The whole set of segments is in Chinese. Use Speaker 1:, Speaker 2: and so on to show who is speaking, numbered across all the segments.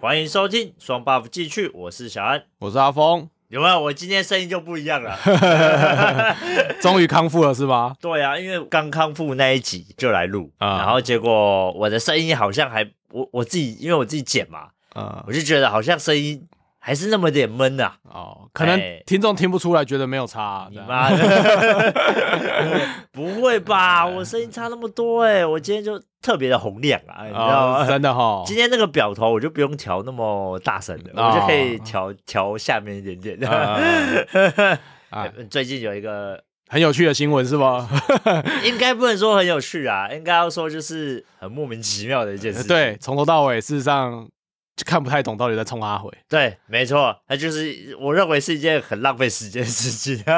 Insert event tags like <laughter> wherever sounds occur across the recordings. Speaker 1: 欢迎收听双 buff 继续，我是小安。
Speaker 2: 我是阿峰，
Speaker 1: 有没有？我今天声音就不一样 <laughs> 了。
Speaker 2: 终于康复了是吗？
Speaker 1: 对啊，因为刚康复那一集就来录，
Speaker 2: 啊
Speaker 1: 然后结果我的声音好像还我我自己，因为我自己剪嘛，
Speaker 2: 嗯，
Speaker 1: 我就觉得好像声音还是那么点闷啊。
Speaker 2: 哦，可能听众听不出来，觉得没有差、
Speaker 1: 你
Speaker 2: 这样
Speaker 1: 妈 <laughs> 的！不会吧？我声音差那么多哎、我今天就特别的洪亮啊，你知道
Speaker 2: 哦，
Speaker 1: 吗？
Speaker 2: 真的哈， <laughs>
Speaker 1: 今天那个表头我就不用调那么大声了，
Speaker 2: 哦
Speaker 1: 我就可以调调下面一点点。
Speaker 2: 嗯
Speaker 1: <laughs>
Speaker 2: 哎
Speaker 1: 嗯最近有一个，
Speaker 2: 很有趣的新闻
Speaker 1: <laughs>
Speaker 2: 是吧？
Speaker 1: 应该不能说很有趣啊，应该要说就是很莫名其妙的一件事。
Speaker 2: 对，从头到尾事实上就看不太懂到底在冲阿回。
Speaker 1: 对，没错，它就是我认为是一件很浪费时间的事情。 <laughs>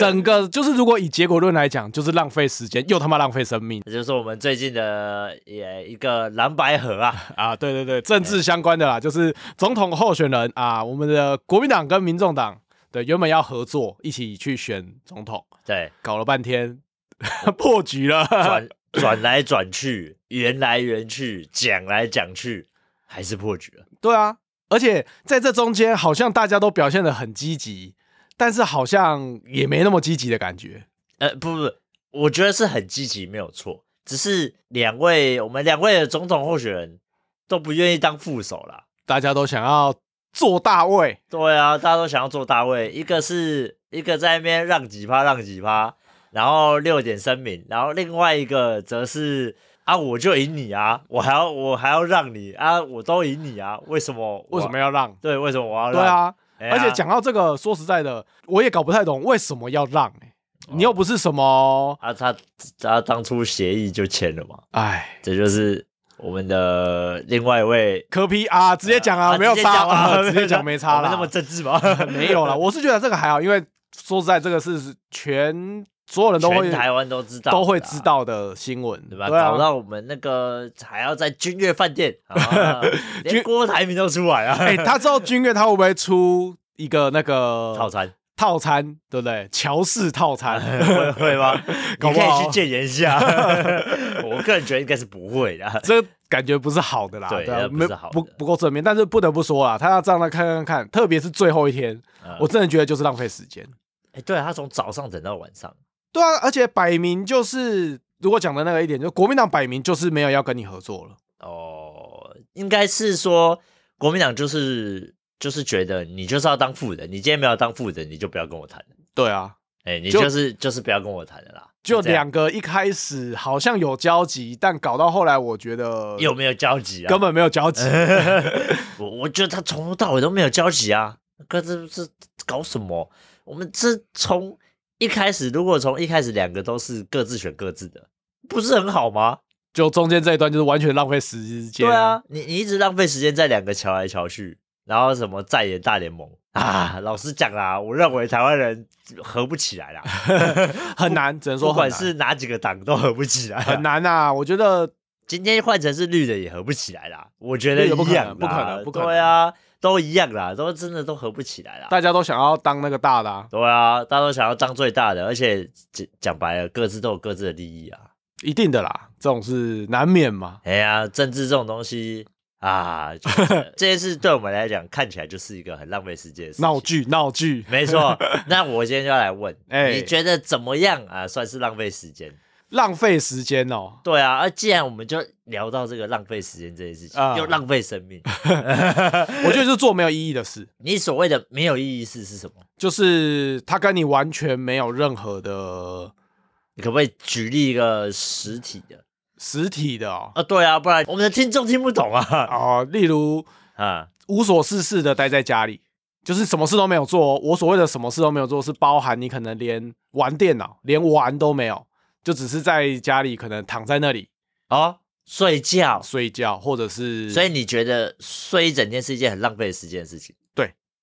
Speaker 2: 整个就是如果以结果论来讲，就是浪费时间，又他妈浪费生命
Speaker 1: 这就是我们最近的也一个蓝白河啊，
Speaker 2: 啊！对对对，政治相关的啦，就是总统候选人啊，我们的国民党跟民众党对原本要合作一起去选总统，
Speaker 1: 对，
Speaker 2: 搞了半天 <laughs> 破局了。
Speaker 1: 转转来转去，圆来圆去，讲来讲去，还是破局了。
Speaker 2: 对啊，而且在这中间，好像大家都表现的很积极，但是好像也没那么积极的感觉。
Speaker 1: 呃，不不，我觉得是很积极，没有错。只是两位我们两位的总统候选人都不愿意当副手啦。
Speaker 2: 大家都想要做大位，
Speaker 1: 对啊，大家都想要做大卫，一个是一个在那边让几趴让几趴，然后六点声明，然后另外一个则是啊，我就赢你啊，我还要我还要让你啊，我都赢你啊，为什么我？
Speaker 2: 为什么要让？
Speaker 1: 对，为什么我要
Speaker 2: 对
Speaker 1: 让？
Speaker 2: 啊，
Speaker 1: 哎呀，
Speaker 2: 而且讲到这个，说实在的，我也搞不太懂为什么要让、欸。
Speaker 1: 哦
Speaker 2: 你又不是什么，
Speaker 1: 啊，他他当初协议就签了嘛，
Speaker 2: 哎，
Speaker 1: 这就是我们的另外一位
Speaker 2: 科批啊，直接讲啊，没有
Speaker 1: 直接
Speaker 2: 差
Speaker 1: 讲
Speaker 2: 啊，
Speaker 1: 啊
Speaker 2: <laughs> 直接讲没差
Speaker 1: <laughs> 我们
Speaker 2: 啦
Speaker 1: 那么政治吗？
Speaker 2: <laughs> 没有啦，我是觉得这个还好，因为说实在，这个是全所有人都
Speaker 1: 全
Speaker 2: 会
Speaker 1: 台湾都知道，啊
Speaker 2: 都会知，道的新闻，
Speaker 1: 对吧？
Speaker 2: 啊
Speaker 1: 搞到我们那个还要在君悦饭店，啊
Speaker 2: <laughs>
Speaker 1: 连
Speaker 2: 君
Speaker 1: 郭台铭都出来啊，
Speaker 2: <laughs> 哎、他知道君越他会不会出一个那个
Speaker 1: 套
Speaker 2: <laughs>
Speaker 1: 餐
Speaker 2: 套餐，对不对？乔氏
Speaker 1: <laughs>
Speaker 2: 套餐，
Speaker 1: 会会吗？
Speaker 2: 搞
Speaker 1: 你
Speaker 2: 不
Speaker 1: 可
Speaker 2: 好
Speaker 1: 以去谏言一
Speaker 2: <laughs>
Speaker 1: 下。我个人觉得应该是不会的。
Speaker 2: 这感觉不是好的啦，
Speaker 1: 对
Speaker 2: 啊
Speaker 1: 那不
Speaker 2: 没
Speaker 1: 是好的
Speaker 2: 不不够正面。但是不得不说啦，他要这样来看看看，特别是最后一天，
Speaker 1: 嗯
Speaker 2: 我真的觉得就是浪费时间。
Speaker 1: 哎，对他从早上等到晚上，
Speaker 2: 对啊，而且摆明就是，如果讲的那个一点，就国民党摆明就是没有要跟你合作了。
Speaker 1: 哦，应该是说国民党就是就是觉得你就是要当副人，你今天没有当副人，你就不要跟我谈了，
Speaker 2: 对啊，
Speaker 1: 哎、你
Speaker 2: 就
Speaker 1: 就是就是不要跟我谈了啦。
Speaker 2: 就
Speaker 1: 这样
Speaker 2: 两个一开始好像有交集，但搞到后来，我觉得
Speaker 1: 有没有交集啊？
Speaker 2: 根本没有交
Speaker 1: <laughs>
Speaker 2: 集。
Speaker 1: 我我觉得他从头到尾都没有交集啊，哥这这搞什么？我们这从一开始，如果从一开始两个都是各自选各自的，不是很好吗？
Speaker 2: 就中间这一段就是完全浪费时间。
Speaker 1: 对，啊，你你一直浪费时间在两个瞧来瞧去，然后什么在野大联盟啊，老实讲啦，我认为台湾人合不起来啦，
Speaker 2: 很难，只能 <laughs> 说
Speaker 1: 不
Speaker 2: 很
Speaker 1: 管
Speaker 2: 难
Speaker 1: 是哪几个党都合不起来
Speaker 2: 很
Speaker 1: 啊。
Speaker 2: 难啊。我觉得
Speaker 1: 今天换成是绿的也合不起来啦，我觉得
Speaker 2: 绿的不可
Speaker 1: 一样啦
Speaker 2: 能不可能不可能
Speaker 1: 对啊，都一样啦，都真的都合不起来啦。
Speaker 2: 大家都想要当那个大的、啊，
Speaker 1: 对啊，大家都想要当最大的，而且讲讲白了，各自都有各自的利益啊。
Speaker 2: 一定的啦，这种是难免嘛。
Speaker 1: 哎呀，政治这种东西啊，就是
Speaker 2: <laughs>
Speaker 1: 这件事对我们来讲看起来就是一个很浪费时间的事情。
Speaker 2: 闹剧，闹剧。
Speaker 1: 没错，那我今天就要来问，
Speaker 2: <laughs> 哎
Speaker 1: 你觉得怎么样啊？算是浪费时间？
Speaker 2: 浪费时间哦。
Speaker 1: 对啊，而既然我们就聊到这个浪费时间这件事情，
Speaker 2: 啊
Speaker 1: 又浪费生
Speaker 2: <laughs>
Speaker 1: 命，
Speaker 2: 我觉得是做没有意义的事，
Speaker 1: 你所谓的没有意义是是什么？
Speaker 2: 就是他跟你完全没有任何的
Speaker 1: 你可不可以举例一个实体的？
Speaker 2: 实体的哦。
Speaker 1: 啊，对啊，不然我们的听众听不懂啊 <laughs>
Speaker 2: 哦，例如
Speaker 1: 啊！
Speaker 2: 无所事事的待在家里，就是什么事都没有做哦。我所谓的什么事都没有做，是包含你可能连玩电脑、连玩都没有，就只是在家里可能躺在那里
Speaker 1: 哦，睡觉，
Speaker 2: 睡觉，或者是
Speaker 1: 所以你觉得睡一整天是一件很浪费时间的事情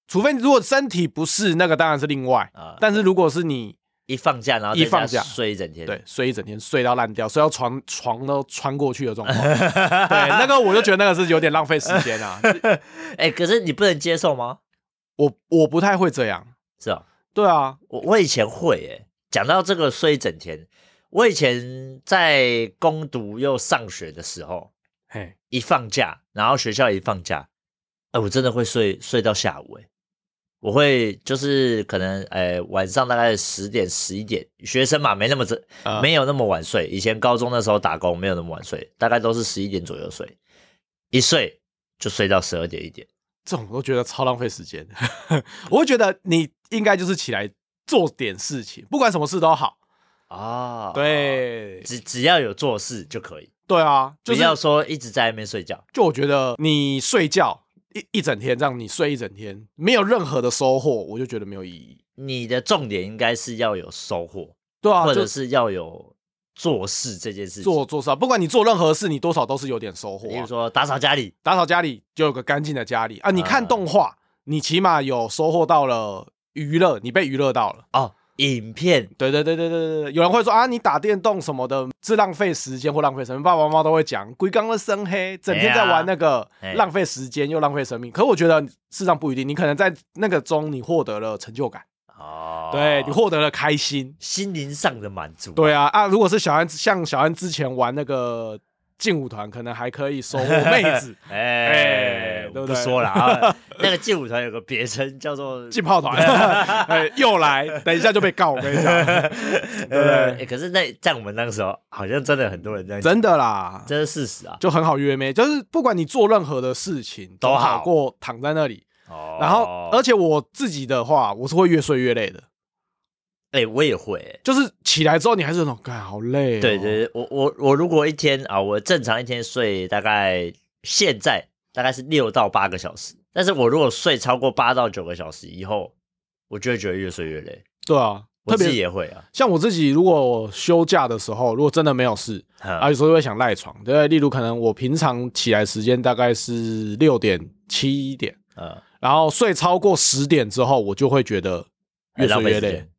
Speaker 2: 除非如果身体不适，那个当然是另外。
Speaker 1: 啊？
Speaker 2: 但是如果是你
Speaker 1: 一放假，然后
Speaker 2: 一
Speaker 1: 在家
Speaker 2: 放假
Speaker 1: 睡一整天，
Speaker 2: 对睡一整天睡到烂掉，睡到床床都穿过去的状
Speaker 1: <laughs>
Speaker 2: 况，对那个我就觉得那个是有点浪费时间啊。
Speaker 1: 哎、可是你不能接受吗？
Speaker 2: 我我不太会这样，
Speaker 1: 是啊、
Speaker 2: 对啊，
Speaker 1: 我我以前会哎、讲到这个睡一整天，我以前在攻读又上学的时候，
Speaker 2: 嘿，
Speaker 1: 一放假，然后学校一放假，哎、我真的会睡睡到下午、欸，我会就是可能，哎、晚上大概十点十一点，学生嘛，没那么早，
Speaker 2: 啊
Speaker 1: 没有那么晚睡。以前高中那时候打工没有那么晚睡，大概都是十一点左右睡，一睡就睡到十二点一点。
Speaker 2: 这种我都觉得超浪费时间。 <laughs> 我会觉得你应该就是起来做点事情，不管什么事都好。
Speaker 1: 啊，，
Speaker 2: 对，
Speaker 1: 只只要有做事就可以，
Speaker 2: 对啊，就是
Speaker 1: 不要说一直在那边睡觉。
Speaker 2: 就我觉得你睡觉一一整天，这样你睡一整天，没有任何的收获，我就觉得没有意义。
Speaker 1: 你的重点应该是要有收获，
Speaker 2: 对啊，
Speaker 1: 或
Speaker 2: 就
Speaker 1: 者是要有做事这件事情。
Speaker 2: 做做事啊，不管你做任何事，你多少都是有点收获、
Speaker 1: 比如
Speaker 2: 啊。
Speaker 1: 说打扫家里，
Speaker 2: 打扫家里就有个干净的家里啊，你看
Speaker 1: 啊
Speaker 2: 动画，你起码有收获到了娱乐，你被娱乐到了。
Speaker 1: 哦，影片
Speaker 2: 对对对对对对对，有人会说啊，你打电动什么的是浪费时间或浪费生命，爸爸妈妈都会讲，龟缸的生黑，整天在玩那个，
Speaker 1: 哎呀哎
Speaker 2: 浪费时间又浪费生命。可我觉得事实上不一定，你可能在那个中你获得了成就感，
Speaker 1: 哦，
Speaker 2: 对你获得了开心，
Speaker 1: 心灵上的满足。。
Speaker 2: 对啊啊，如果是小安像小安之前玩那个劲舞团，可能还可以收获 <laughs> 妹子
Speaker 1: 哎，
Speaker 2: 哎
Speaker 1: 我
Speaker 2: 对不
Speaker 1: 不
Speaker 2: 对
Speaker 1: 说了
Speaker 2: <laughs>
Speaker 1: 啊，那个劲舞团有个别称叫做
Speaker 2: 劲炮团， <laughs> 哎，
Speaker 1: <laughs>
Speaker 2: 又来，等一下就被告，我跟你讲， <laughs> 对不
Speaker 1: 呃
Speaker 2: 对
Speaker 1: 哎可是那在我们那个时候，好像真的很多人这样讲，
Speaker 2: 真的啦，
Speaker 1: 这是事实啊。
Speaker 2: 就很好约妹，就是不管你做任何的事情
Speaker 1: 都
Speaker 2: 都
Speaker 1: 好
Speaker 2: 好过躺在那里。
Speaker 1: 哦
Speaker 2: 然后，而且我自己的话，我是会越睡越累的，
Speaker 1: 哎，我也会，哎
Speaker 2: 就是起来之后你还是那种，干好累、哦。
Speaker 1: 对对，对我我我如果一天啊，我正常一天睡大概现在大概是六到八个小时，但是我如果睡超过八到九个小时以后，我就会觉得越睡越累，
Speaker 2: 对啊，
Speaker 1: 我
Speaker 2: 特
Speaker 1: 自己
Speaker 2: 别
Speaker 1: 也嗯会啊，
Speaker 2: 像我自己，如果休假的时候，如果真的没有事，
Speaker 1: 哼
Speaker 2: 啊，有时候会想赖床。对，例如可能我平常起来时间大概是六点七点，
Speaker 1: 呃，
Speaker 2: 然后睡超过十点之后，我就会觉得越
Speaker 1: 浪
Speaker 2: 睡
Speaker 1: 费
Speaker 2: 越
Speaker 1: 时
Speaker 2: 累
Speaker 1: 间。，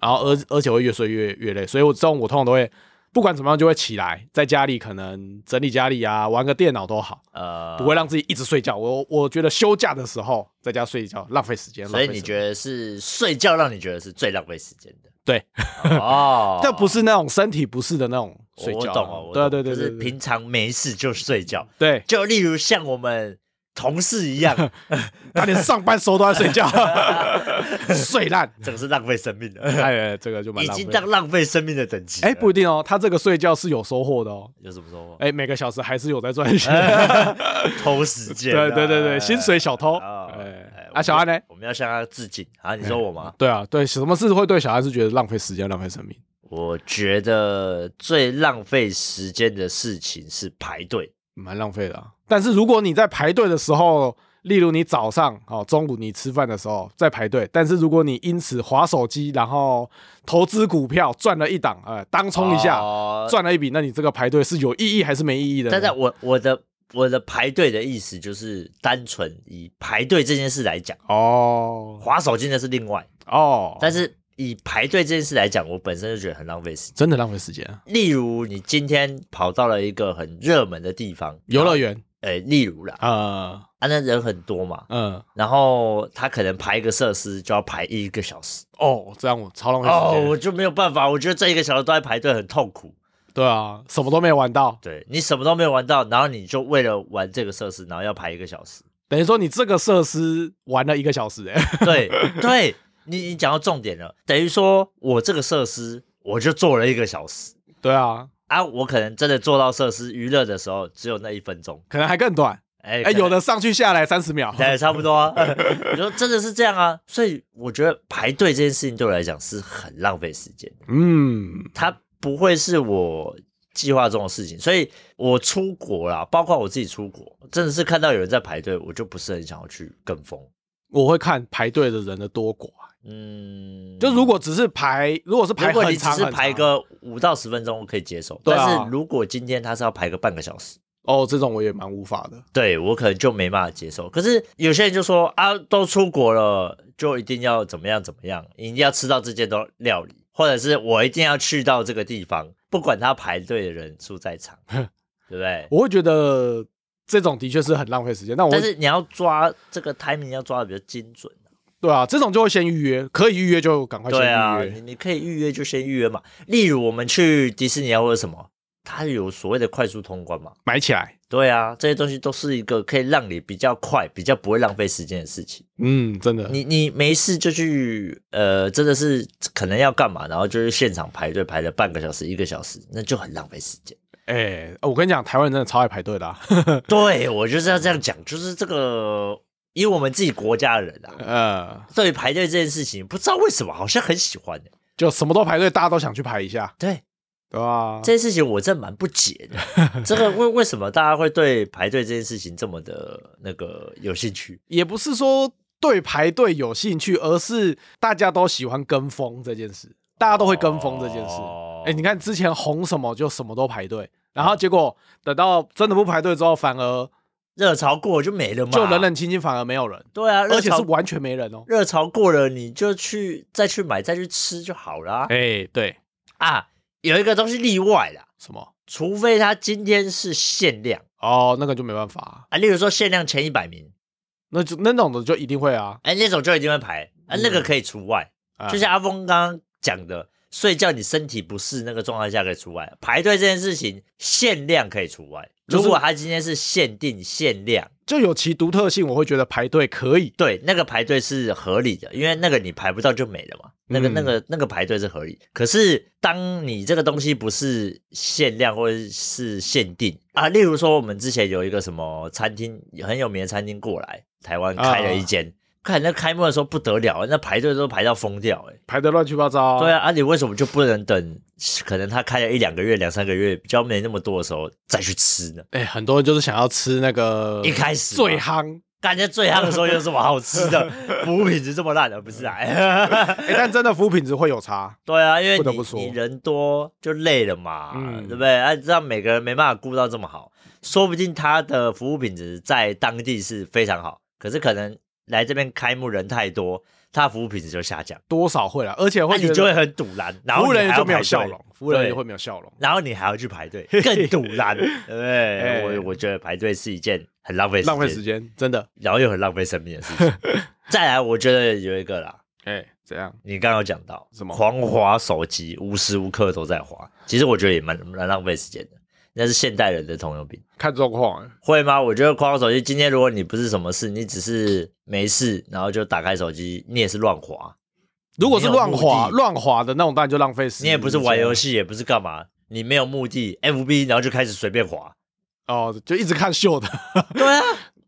Speaker 2: 然后而而且会越睡越越累，所以我这种我通常都会不管怎么样就会起来，在家里可能整理家里啊，玩个电脑都好，
Speaker 1: 呃，
Speaker 2: 不会让自己一直睡觉。我我觉得休假的时候在家睡觉浪费时间，
Speaker 1: 所以你觉
Speaker 2: 得
Speaker 1: 得是睡觉让你觉得是最浪费时间的？
Speaker 2: 对，，
Speaker 1: 哦
Speaker 2: <laughs> 这不是那种身体不适的那种
Speaker 1: 我
Speaker 2: 睡觉
Speaker 1: 我
Speaker 2: 啊，
Speaker 1: 懂哦，我
Speaker 2: 对啊
Speaker 1: 懂
Speaker 2: 对对
Speaker 1: 就
Speaker 2: 对
Speaker 1: 是
Speaker 2: 对
Speaker 1: 平常没事就睡觉，
Speaker 2: 对，
Speaker 1: 就例如像我们同事一
Speaker 2: <laughs>
Speaker 1: 样，
Speaker 2: 他连上班时候都在睡
Speaker 1: <laughs>
Speaker 2: 觉，睡烂。
Speaker 1: 这个是浪费生命的，
Speaker 2: 哎，这个就蛮
Speaker 1: 已
Speaker 2: 浪费
Speaker 1: 经。到浪费生命的等级了。
Speaker 2: 哎，不一定哦，他这个睡觉是有收获的哦。
Speaker 1: 有什么说法？
Speaker 2: 哎，每个小时还是有在赚钱。
Speaker 1: <laughs>
Speaker 2: <laughs>
Speaker 1: 偷时间啊、
Speaker 2: 对对对对，薪水小偷。
Speaker 1: 哦
Speaker 2: 哎，
Speaker 1: 我
Speaker 2: 啊，小安呢？
Speaker 1: 我们要向他致敬啊！你说我吗？
Speaker 2: 对啊，对，什么事会对小孩是觉得浪费时间、浪费生命？
Speaker 1: 我觉得最浪费时间的事情是排队。
Speaker 2: 蛮浪费的、啊。但是如果你在排队的时候，例如你早上哦，中午你吃饭的时候在排队，但是如果你因此划手机，然后投资股票赚了一档，呃，当冲一下、
Speaker 1: 哦
Speaker 2: 赚了一笔，那你这个排队是有意义还是没意义的呢？
Speaker 1: 但在我我的我的排队的意思就是单纯以排队这件事来讲，
Speaker 2: 哦
Speaker 1: 划手机那是另外，
Speaker 2: 哦，
Speaker 1: 但是以排队这件事来讲，我本身就觉得很浪费时间。
Speaker 2: 真的浪费时间、啊。
Speaker 1: 例如，你今天跑到了一个很热门的地方，
Speaker 2: 游乐园，
Speaker 1: 呃，例如啦，
Speaker 2: 呃
Speaker 1: 啊，那人很多嘛，
Speaker 2: 嗯，
Speaker 1: 然后他可能排一个设施就要排一个小时，
Speaker 2: 哦，这样我超浪费时
Speaker 1: 哦，
Speaker 2: 间。
Speaker 1: 我就没有办法，我觉得这一个小时都在排队很痛苦。
Speaker 2: 对啊，什么都没玩到，
Speaker 1: 对你什么都没有玩到，然后你就为了玩这个设施，然后要排一个小时。
Speaker 2: 等于说你这个设施玩了一个小时、哎，
Speaker 1: 对对，你你讲到重点了，等于说我这个设施我就做了一个小时
Speaker 2: <laughs> 对啊，
Speaker 1: 啊，我可能真的做到设施娱乐的时候只有那一分钟，
Speaker 2: 可能还更短，
Speaker 1: 哎、
Speaker 2: 哎、
Speaker 1: 可能
Speaker 2: 有的上去下来三十秒，
Speaker 1: 对，差不多、啊。
Speaker 2: <laughs>
Speaker 1: 你说真的是这样啊？所以我觉得排队这件事情对我来讲是很浪费时间的，
Speaker 2: 嗯，
Speaker 1: 它不会是我计划中的事情。所以我出国啦，包括我自己出国，真的是看到有人在排队，我就不是很想要去跟风。
Speaker 2: 我会看排队的人的多寡。
Speaker 1: 嗯，
Speaker 2: 就如果只是排，如果是排
Speaker 1: 如果
Speaker 2: 很
Speaker 1: 你只
Speaker 2: 长
Speaker 1: 是
Speaker 2: 很
Speaker 1: 排
Speaker 2: 长，
Speaker 1: 个五到十分钟，我可以接受。
Speaker 2: 对啊
Speaker 1: 但是如果今天他是要排个半个小时，
Speaker 2: 哦，这种我也蛮无法的。
Speaker 1: 对我可能就没办法接受。可是有些人就说啊，都出国了，就一定要怎么样怎么样，一定要吃到这件都料理，或者是我一定要去到这个地方，不管他排队的人数在场，对不对？
Speaker 2: 我会觉得这种的确是很浪费时间。那我
Speaker 1: 但是你要抓这个 timing 要抓的比较精准。
Speaker 2: 对啊，这种就会先预约，可以预约就赶快先
Speaker 1: 对啊，
Speaker 2: 预
Speaker 1: 你
Speaker 2: 约。
Speaker 1: 你可以预约就先预约嘛。例如我们去迪士尼啊或者什么，它有所谓的快速通关嘛？
Speaker 2: 买起来。
Speaker 1: 对啊，这些东西都是一个可以让你比较快、比较不会浪费时间的事情。
Speaker 2: 嗯，真的，
Speaker 1: 你你没事就去，呃，真的是可能要干嘛，然后就是现场排队排了半个小时、一个小时，那就很浪费时间。 <laughs>
Speaker 2: 哎、我跟你讲，台湾人真的超爱排队的、啊。 <laughs>
Speaker 1: 对我就是要这样讲，就是这个，以我们自己国家的人啊，
Speaker 2: 呃，
Speaker 1: 对于排队这件事情，不知道为什么好像很喜欢、欸、
Speaker 2: 就什么都排队，大家都想去排一下，
Speaker 1: 对
Speaker 2: 对吧？
Speaker 1: 这件事情，我真蛮不解
Speaker 2: <laughs>
Speaker 1: 的。这个为为什么大家会对排队这件事情这么的那个有兴趣？
Speaker 2: 也不是说对排队有兴趣，而是大家都喜欢跟风这件事，大家都会跟风这件事。
Speaker 1: 哦
Speaker 2: 哎、你看之前红什么就什么都排队，然后结果等到真的不排队之后，反而
Speaker 1: 热潮过了就没了嘛，
Speaker 2: 就冷冷清清，反而没有人，
Speaker 1: 对啊，热
Speaker 2: 而且
Speaker 1: 潮
Speaker 2: 是完全没人哦。
Speaker 1: 热潮过了，你就去再去买再去吃就好啦。
Speaker 2: 哎、对，
Speaker 1: 啊，有一个东西例外啦，
Speaker 2: 什么？
Speaker 1: 除非它今天是限量
Speaker 2: 哦，那个就没办法啊、
Speaker 1: 啊，例如说限量前一百名，
Speaker 2: 那就那种的就一定会啊。
Speaker 1: 哎、那种就一定会排啊，那个可以除外。
Speaker 2: 嗯啊
Speaker 1: 就像阿峰刚刚讲的，睡觉你身体不适那个状态下可以除外，排队这件事情限量可以除外。
Speaker 2: 就是
Speaker 1: 如果他今天是限定限量，
Speaker 2: 就有其独特性，我会觉得排队可以。
Speaker 1: 对，那个排队是合理的，因为那个你排不到就没了嘛。那个、
Speaker 2: 嗯
Speaker 1: 那个、那个排队是合理。可是当你这个东西不是限量或者是限定啊，例如说我们之前有一个什么餐厅很有名的餐厅过来台湾开了一间，看那开幕的时候不得了，那排队都排到疯掉、欸，
Speaker 2: 排的乱七八糟。
Speaker 1: 对啊，啊，你为什么就不能等？可能他开了一两个月、两三个月，比较没那么多的时候再去吃呢？
Speaker 2: 哎、很多人就是想要吃那个
Speaker 1: 一开始嘛 <laughs>
Speaker 2: 最夯，
Speaker 1: 感觉最夯的时候有什么好吃的？服务品质这么烂的，不是啊？
Speaker 2: 哎、但真的服务品质会有差。
Speaker 1: 对啊，因为
Speaker 2: 不得
Speaker 1: 你
Speaker 2: 不说
Speaker 1: 你人多就累了嘛，
Speaker 2: 嗯
Speaker 1: 对不对？啊，让每个人没办法顾到这么好，说不定他的服务品质在当地是非常好，可是可能来这边开幕人太多，他的服务品质就下降，
Speaker 2: 多少会啦，而且
Speaker 1: 那、
Speaker 2: 会觉
Speaker 1: 你
Speaker 2: 得
Speaker 1: 就会很堵然，然
Speaker 2: 服
Speaker 1: 后
Speaker 2: 务
Speaker 1: 你
Speaker 2: 人员
Speaker 1: 还要
Speaker 2: 就没有
Speaker 1: 排队
Speaker 2: 笑容，服务人
Speaker 1: 对
Speaker 2: 员会没有笑容。
Speaker 1: 然后你还要去排
Speaker 2: <laughs>
Speaker 1: 队，更堵然，对不
Speaker 2: 哎
Speaker 1: 对？我我觉得排队是一件很浪费
Speaker 2: 浪费时，间，真的。
Speaker 1: 然后又很浪费生命的
Speaker 2: <laughs>
Speaker 1: 事情。再来，我觉得有一个啦，
Speaker 2: 哎、怎样？
Speaker 1: 你刚刚有讲到
Speaker 2: 什么
Speaker 1: 狂滑手机，无时无刻都在滑，其实我觉得也蛮蛮浪费时间的，那是现代人的通用病。
Speaker 2: 看状况、哎
Speaker 1: 会吗？我觉得狂滑手机，今天如果你不是什么事，你只是没事，然后就打开手机，你也是乱滑，
Speaker 2: 如果是乱
Speaker 1: 没有
Speaker 2: 滑
Speaker 1: 目的
Speaker 2: 乱滑的那种，当然就浪费时间。
Speaker 1: 你也不是啊玩游戏，也不是干嘛，你没有目的，FB，然后就开始随便滑。
Speaker 2: 哦，就一直看秀的， <laughs>
Speaker 1: 对啊，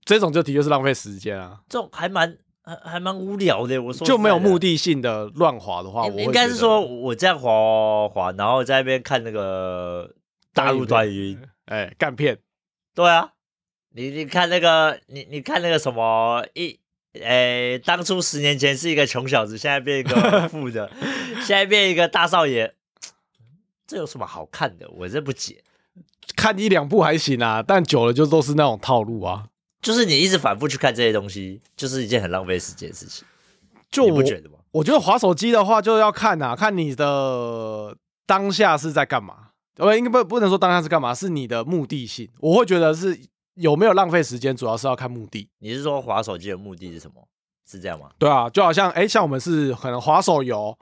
Speaker 2: 这种就的确是浪费时间啊，
Speaker 1: 这种还蛮还还蛮无聊的。我说
Speaker 2: 就没有目
Speaker 1: 的。
Speaker 2: 的性的乱滑的话，我
Speaker 1: 应
Speaker 2: 会
Speaker 1: 应该是
Speaker 2: 觉得
Speaker 1: 说，，我这样滑滑，然后在那边看那个大陆
Speaker 2: 短
Speaker 1: 短语音。
Speaker 2: 哎、干片，
Speaker 1: 对啊，你你看那个，你你看那个什么一，诶、当初十年前是一个穷小子，现在变一
Speaker 2: <laughs>
Speaker 1: 个富的，现在变一个大少爷，这有什么好看的？我真不解。
Speaker 2: 看一两部还行啊，但久了就都是那种套路啊。
Speaker 1: 就是你一直反复去看这些东西，就是一件很浪费时间的事情，
Speaker 2: 就
Speaker 1: 你
Speaker 2: 我
Speaker 1: 不觉得吗？
Speaker 2: 我觉得滑手机的话，就要看啊，看你的当下是在干嘛。呃，应该不不能说当下是干嘛，是你的目的性。我会觉得是有没有浪费时间，主要是要看目的。
Speaker 1: 你是说划手机的目的是什么？是这样吗？
Speaker 2: 对啊，就好像哎、像我们是可能滑手游，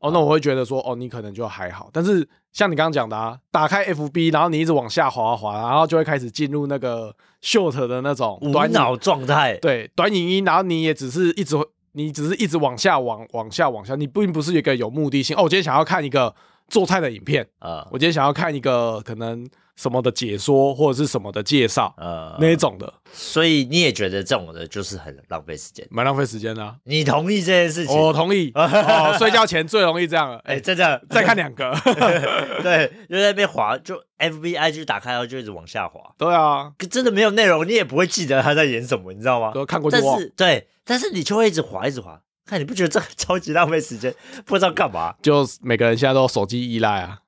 Speaker 2: 哦，那我会觉得说，哦，你可能就还好。但是像你刚刚讲的啊，打开 FB，然后你一直往下滑滑滑，然后就会开始进入那个 short 的那种
Speaker 1: 无
Speaker 2: 短影
Speaker 1: 脑状态，
Speaker 2: 对短影音，然后你也只是一直你只是一直往下往往下往下，你并不是一个有目的性。哦，我今天想要看一个做菜的影片，
Speaker 1: 呃
Speaker 2: 我今天想要看一个可能什么的解说或者是什么的介绍、
Speaker 1: 呃
Speaker 2: 那一种的，
Speaker 1: 所以你也觉得这种的就是很浪费时间，
Speaker 2: 蛮浪费时间的啊、
Speaker 1: 你同意这件事情？
Speaker 2: 我同意，哦，睡觉前最容易这样了，
Speaker 1: 哎、
Speaker 2: 哎、
Speaker 1: 真
Speaker 2: <laughs>
Speaker 1: 的
Speaker 2: 再看两个，
Speaker 1: <laughs> 对，就在那边滑，就 FBI 就打开，然后就一直往下滑，
Speaker 2: 对啊，
Speaker 1: 可真的没有内容，你也不会记得他在演什么，你知道吗？
Speaker 2: 都看过就
Speaker 1: 但
Speaker 2: 忘。
Speaker 1: 是对，但是你就会一直滑，一直滑，看你不觉得这个超级浪费时间， <laughs> 不知道干嘛？
Speaker 2: 就每个人现在都有手机依赖啊，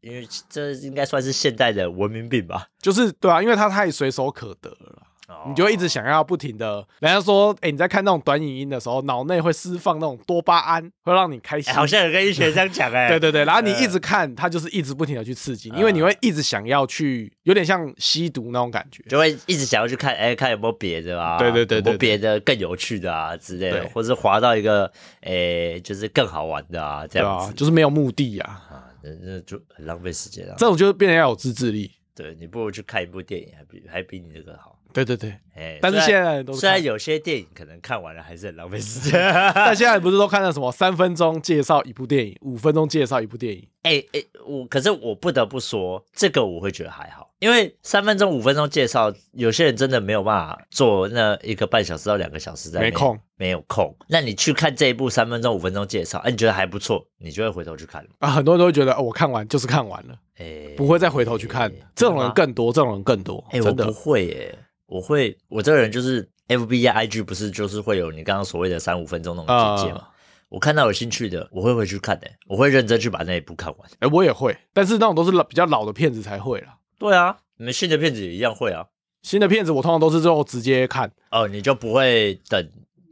Speaker 1: 因为这应该算是现代的文明病吧？
Speaker 2: 就是对啊，因为它太随手可得了啦。哦你就会一直想要不停的，人家说，哎、你在看那种短影音的时候，脑内会释放那种多巴胺，会让你开
Speaker 1: 哎、
Speaker 2: 心。
Speaker 1: 好像有跟医学这样讲哎、
Speaker 2: <laughs> 对对对，然后你
Speaker 1: 呃
Speaker 2: 一直看，它就是一直不停的去刺激你，因为你
Speaker 1: 嗯
Speaker 2: 会一直想要去，有点像吸毒那种感觉。
Speaker 1: 就会一直想要去看，哎、看有没有别的啊？
Speaker 2: 对对对对
Speaker 1: 有没有别的更有趣的啊之类的
Speaker 2: 对，
Speaker 1: 或是滑到一个，哎、就是更好玩的啊，这
Speaker 2: 对
Speaker 1: 样
Speaker 2: 啊
Speaker 1: 子，。
Speaker 2: 就是没有目的啊，
Speaker 1: 啊，那那就很浪费时间啊。
Speaker 2: 这种就是变得要有自制力。
Speaker 1: 对你不如去看一部电影，还比还比你这个好。
Speaker 2: 对对对，
Speaker 1: 哎，
Speaker 2: 但是
Speaker 1: 虽
Speaker 2: 现
Speaker 1: 然
Speaker 2: 在人都
Speaker 1: 虽然
Speaker 2: 看，嗯
Speaker 1: 有些电影可能看完了还是很浪费时间。
Speaker 2: 但现在不是都看了什么三分钟介绍一部电影，五分钟介绍一部电影，
Speaker 1: <laughs> 哎、哎、我可是我不得不说，这个我会觉得还好，因为三分钟、五分钟介绍，有些人真的没有办法做那一个半小时到两个小时在
Speaker 2: 没
Speaker 1: 内
Speaker 2: 空，
Speaker 1: 没有空。那你去看这一部三分钟、五分钟介绍，哎、你觉得还不错，你就会回头去看了。
Speaker 2: 啊，很多人都会觉得、哦、我看完就是看完了，
Speaker 1: 哎、
Speaker 2: 不会再回头去看。
Speaker 1: 哎
Speaker 2: 这
Speaker 1: 真
Speaker 2: 种
Speaker 1: 的
Speaker 2: 人
Speaker 1: 吗
Speaker 2: 更多，这种人更多，
Speaker 1: 哎、我
Speaker 2: 真
Speaker 1: 不
Speaker 2: 的。
Speaker 1: 会耶、我会，我这个人就是 F B 啊 I G 不是就是会有你刚刚所谓的三五分钟那种简介嘛。
Speaker 2: 啊
Speaker 1: 我看到有兴趣的，我会回去看的、我会认真去把那一部看完。
Speaker 2: 哎、我也会，但是那种都是老比较老的片子才会啦。
Speaker 1: 对啊，你们新的片子也一样会啊。
Speaker 2: 新的片子我通常都是最后直接看。
Speaker 1: 哦，你就不会等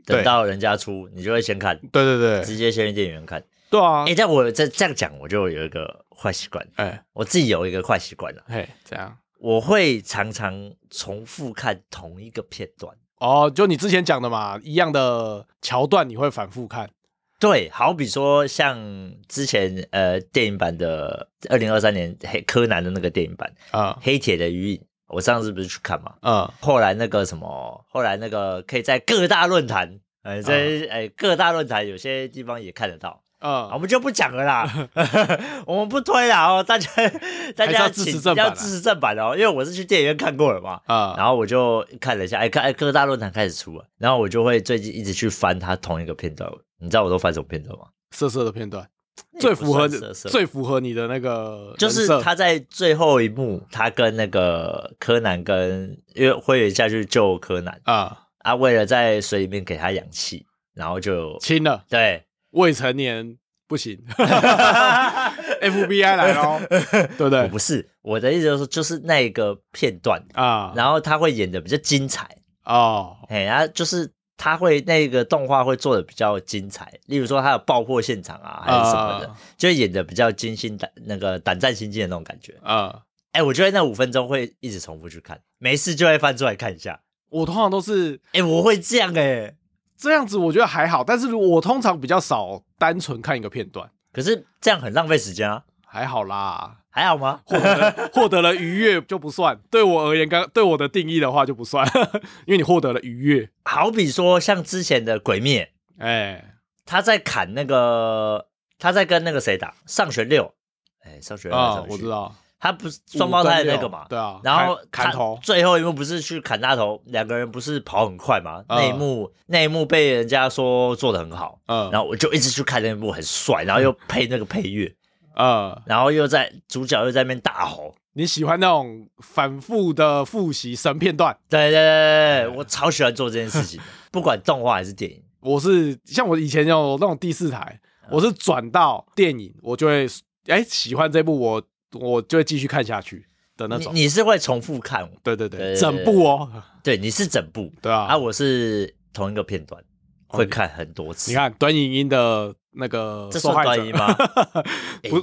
Speaker 2: 对
Speaker 1: 等到人家出，你就会先看，
Speaker 2: 对对对，
Speaker 1: 直接先去电影院看。
Speaker 2: 对啊
Speaker 1: 哎、，但我这这样讲，我就有一个坏习惯，
Speaker 2: 哎
Speaker 1: 我自己有一个坏习惯了，啊
Speaker 2: 嘿，怎样？
Speaker 1: 我会常常重复看同一个片段。
Speaker 2: 哦，就你之前讲的嘛，一样的桥段你会反复看。
Speaker 1: 对，好比说像之前呃电影版的二零二三年黑柯南的那个电影版《
Speaker 2: 啊
Speaker 1: 黑铁的余影》，我上次不是去看嘛，
Speaker 2: 啊
Speaker 1: 后来那个什么，后来那个可以在各大论坛，呃，在呃各大论坛有些地方也看得到。啊我
Speaker 2: 啊！
Speaker 1: 们就不讲了
Speaker 2: <laughs>
Speaker 1: 啦， <laughs> 我们不推啦哦，大家大
Speaker 2: 还是
Speaker 1: 家
Speaker 2: 要支
Speaker 1: 请
Speaker 2: 持正版啊
Speaker 1: 要支持正版哦，因为我是去电影院看过了嘛，
Speaker 2: 啊
Speaker 1: 然后我就看了一下，哎，看哎各大论坛开始出了，然后我就会最近一直去翻它同一个片段，你知道我都翻什么片段吗？
Speaker 2: 色色的片段
Speaker 1: 那也
Speaker 2: 最
Speaker 1: 不
Speaker 2: 符合
Speaker 1: 算色色
Speaker 2: 最符合你的那个
Speaker 1: 就
Speaker 2: 人
Speaker 1: 是
Speaker 2: 设
Speaker 1: 他在最后一幕，他跟那个柯南跟因为灰原下去救柯南
Speaker 2: 啊
Speaker 1: 啊，为了在水里面给他氧气，然后就
Speaker 2: 亲了
Speaker 1: 对。
Speaker 2: 未成年
Speaker 1: <laughs>
Speaker 2: 不行，FBI 来 <laughs> 喽，对不
Speaker 1: 我
Speaker 2: 对
Speaker 1: 不是我的意思，就是说就是那个片段，
Speaker 2: 啊？
Speaker 1: 然后他会演的比较精彩，
Speaker 2: 哦
Speaker 1: 哎，然后就是他会那个动画会做的比较精彩，例如说他有爆破现场啊，还是什么的，
Speaker 2: 啊
Speaker 1: 就演的比较惊心胆那个胆战心惊的那种感觉。
Speaker 2: 啊，
Speaker 1: 哎，我觉得那五分钟会一直重复去看，没事就会翻出来看一下。
Speaker 2: 我通常都是
Speaker 1: 哎，我会这样哎、
Speaker 2: 这样子，我觉得还好，但是如我通常比较少单纯看一个片段，
Speaker 1: 可是这样很浪费时间啊，
Speaker 2: 还好啦。
Speaker 1: 还好吗？
Speaker 2: 获得了 <laughs> 获得了愉悦就不算，对我而言，刚对我的定义的话就不算， <laughs> 因为你获得了愉悦，
Speaker 1: 好比说像之前的《鬼灭》，
Speaker 2: 哎、
Speaker 1: 他在砍那个他在跟那个谁打上弦六，哎，上弦六还是
Speaker 2: 啊、
Speaker 1: 上弦
Speaker 2: 我
Speaker 1: 七
Speaker 2: 知，道，
Speaker 1: 他不是双胞胎的那
Speaker 2: 五
Speaker 1: 个
Speaker 2: 跟六
Speaker 1: 嘛，
Speaker 2: 对啊，
Speaker 1: 然后
Speaker 2: 砍
Speaker 1: 他
Speaker 2: 砍头，
Speaker 1: 最后一幕不是去砍大头，两个人不是跑很快嘛？
Speaker 2: 嗯
Speaker 1: 那一幕那一幕被人家说做的很好，
Speaker 2: 嗯，
Speaker 1: 然后我就一直去看那一幕，很帅，然后又配那个配乐，
Speaker 2: 呃，
Speaker 1: 然后又在主角又在那边大吼，
Speaker 2: 你喜欢那种反复的复习神片段？
Speaker 1: 对对对对对，我超喜欢做这件事
Speaker 2: <laughs>
Speaker 1: 情的，不管动画还是电影，
Speaker 2: 我是像我以前有那种第四台，
Speaker 1: 嗯
Speaker 2: 我是转到电影，我就会哎、喜欢这部我我就会继续看下去的那
Speaker 1: 你
Speaker 2: 种。
Speaker 1: 你是会重复看，
Speaker 2: 对对
Speaker 1: 对
Speaker 2: 对，
Speaker 1: 对
Speaker 2: 整部哦，
Speaker 1: 对，你是整部
Speaker 2: 对啊哦
Speaker 1: 啊，我是同一个片段会看很多次，
Speaker 2: 你看短影音的那个
Speaker 1: 这
Speaker 2: 受
Speaker 1: 算
Speaker 2: 害者
Speaker 1: 断一吗？
Speaker 2: <laughs> 不
Speaker 1: 哎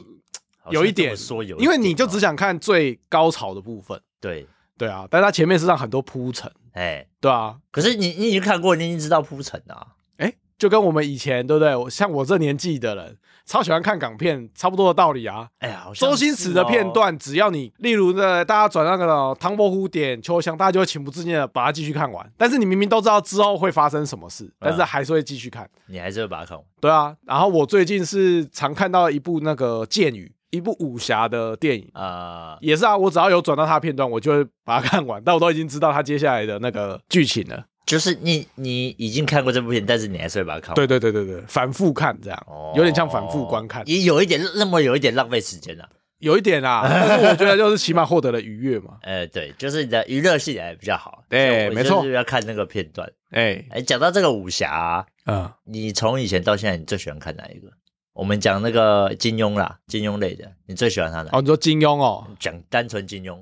Speaker 1: 好像
Speaker 2: 有一
Speaker 1: 这么
Speaker 2: 点
Speaker 1: 说有一点哦，
Speaker 2: 因为你就只想看最高潮的部分，
Speaker 1: 对，
Speaker 2: 对啊，但它前面是让很多铺陈，
Speaker 1: 哎。
Speaker 2: 对啊，
Speaker 1: 可是你你已经看过，你已经知道铺陈啊。
Speaker 2: 哎，就跟我们以前对不对？我像我这年纪的人，超喜欢看港片，差不多的道理啊。
Speaker 1: 哎呀，好像
Speaker 2: 周星
Speaker 1: 是
Speaker 2: 驰的片
Speaker 1: 哦，
Speaker 2: 段，只要你，例如呢，大家转那个唐伯虎点秋香，大家就会情不自禁的把它继续看完。但是你明明都知道之后会发生什么事，但
Speaker 1: 嗯
Speaker 2: 是还是会继续看。
Speaker 1: 你还是会把它看完。
Speaker 2: 对啊，然后我最近是常看到一部那个《剑雨》，一部武侠的电影，
Speaker 1: 啊。
Speaker 2: 也是啊，我只要有转到他的片段，我就会把它看完，但我都已经知道他接下来的那个剧情了。
Speaker 1: 就是你你已经看过这部片，但是你还是会把它看完。
Speaker 2: 对对对对对，反复看这样，
Speaker 1: 哦，
Speaker 2: 有点像反复观看，
Speaker 1: 也有一点那么有一点浪费时间啊。
Speaker 2: 有一点啦。但是我觉得就是起码获得了愉悦嘛。
Speaker 1: 呃，对，就是你的娱乐性还比较好。
Speaker 2: 对
Speaker 1: 所以我
Speaker 2: 没错
Speaker 1: 就是要看那个片段。
Speaker 2: <laughs> 哎、
Speaker 1: 哎，讲到这个武侠啊、
Speaker 2: 嗯，
Speaker 1: 你从以前到现在，你最喜欢看哪一个？我们讲那个金庸啦，金庸类的，你最喜欢他哪一个？
Speaker 2: 哦，你说金庸哦，
Speaker 1: 讲单纯金庸，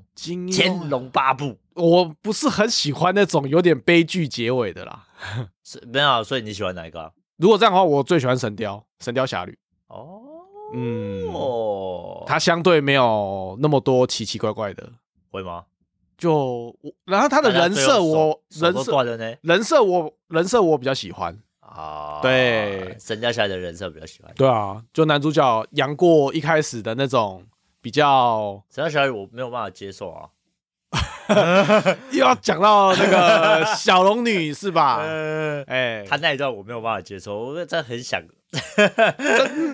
Speaker 1: 《
Speaker 2: 金庸啊
Speaker 1: 天龙八部》
Speaker 2: 我不是很喜欢那种有点悲剧结尾的啦。
Speaker 1: 是没有啊，所以你喜欢哪一个啊、
Speaker 2: 如果这样的话，我最喜欢《神雕》《神雕侠侣》。
Speaker 1: 哦，
Speaker 2: 嗯，
Speaker 1: 哦，
Speaker 2: 它相对没有那么多奇奇怪怪的。
Speaker 1: 会吗？
Speaker 2: 就我，然后他
Speaker 1: 他
Speaker 2: 的人设我，人
Speaker 1: 手都
Speaker 2: 设
Speaker 1: 断了呢。
Speaker 2: 人设我人设我比较喜欢。
Speaker 1: 啊，
Speaker 2: 对
Speaker 1: 《神雕侠侣》的人设比较喜欢，《
Speaker 2: 对啊，就男主角杨过一开始的那种比较，
Speaker 1: 神雕侠侣》我没有办法接受啊。
Speaker 2: 又要讲到那 <laughs> 个小龙女是 <laughs> 吧？
Speaker 1: 呃，
Speaker 2: 哎、
Speaker 1: 他那一段我没有办法接受，我真的很想。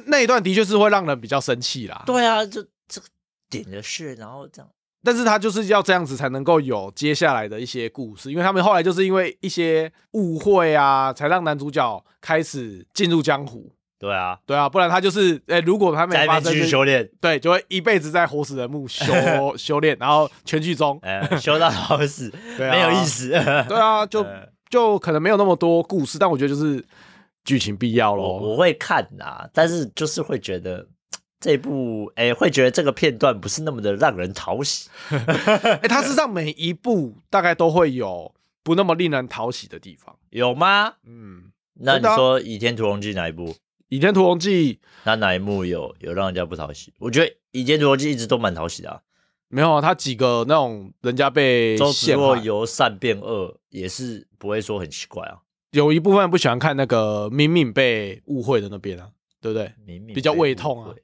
Speaker 2: 那一段的确是会让人比较生气啦。
Speaker 1: 对啊，就这个点的事，然后这样。
Speaker 2: 但是他就是要这样子才能够有接下来的一些故事，因为他们后来就是因为一些误会啊，才让男主角开始进入江湖。
Speaker 1: 对啊，
Speaker 2: 对啊，不然他就是，哎、如果他没
Speaker 1: 在那
Speaker 2: 发
Speaker 1: 边
Speaker 2: 生
Speaker 1: 继续
Speaker 2: 这，
Speaker 1: 修
Speaker 2: <laughs>
Speaker 1: 炼，
Speaker 2: 对，就会一辈子在活死人墓
Speaker 1: <laughs>
Speaker 2: 修修炼，然后全剧终。
Speaker 1: 呃，修到老死，
Speaker 2: <laughs> 对啊，
Speaker 1: 没有意。思。 <laughs>
Speaker 2: 对啊，就
Speaker 1: 呃
Speaker 2: 就可能没有那么多故事，但我觉得就是剧情必要
Speaker 1: 我
Speaker 2: 咯。
Speaker 1: 我会看啊，但是就是会觉得这部，哎、会觉得这个片段不是那么的让人讨喜。
Speaker 2: 哎、它事实上每一部大概都会有不那么令人讨喜的地方。
Speaker 1: 有吗？
Speaker 2: 嗯，
Speaker 1: 那你
Speaker 2: 真的啊
Speaker 1: 说《倚天屠龙记》哪一部？
Speaker 2: 《倚天屠龙记》
Speaker 1: 那哪一幕有有让人家不讨喜？我觉得《倚天屠龙记》一直都蛮讨喜的、啊。
Speaker 2: 没有啊，他几个那种人家被
Speaker 1: 周芷
Speaker 2: 陷
Speaker 1: 若
Speaker 2: 害，
Speaker 1: 由善变恶，也是不会说很奇怪啊。
Speaker 2: 有一部分不喜欢看那个敏敏被误会的那边啊，对不对？
Speaker 1: 明明
Speaker 2: 比较
Speaker 1: 被
Speaker 2: 胃
Speaker 1: 误
Speaker 2: 痛啊
Speaker 1: 会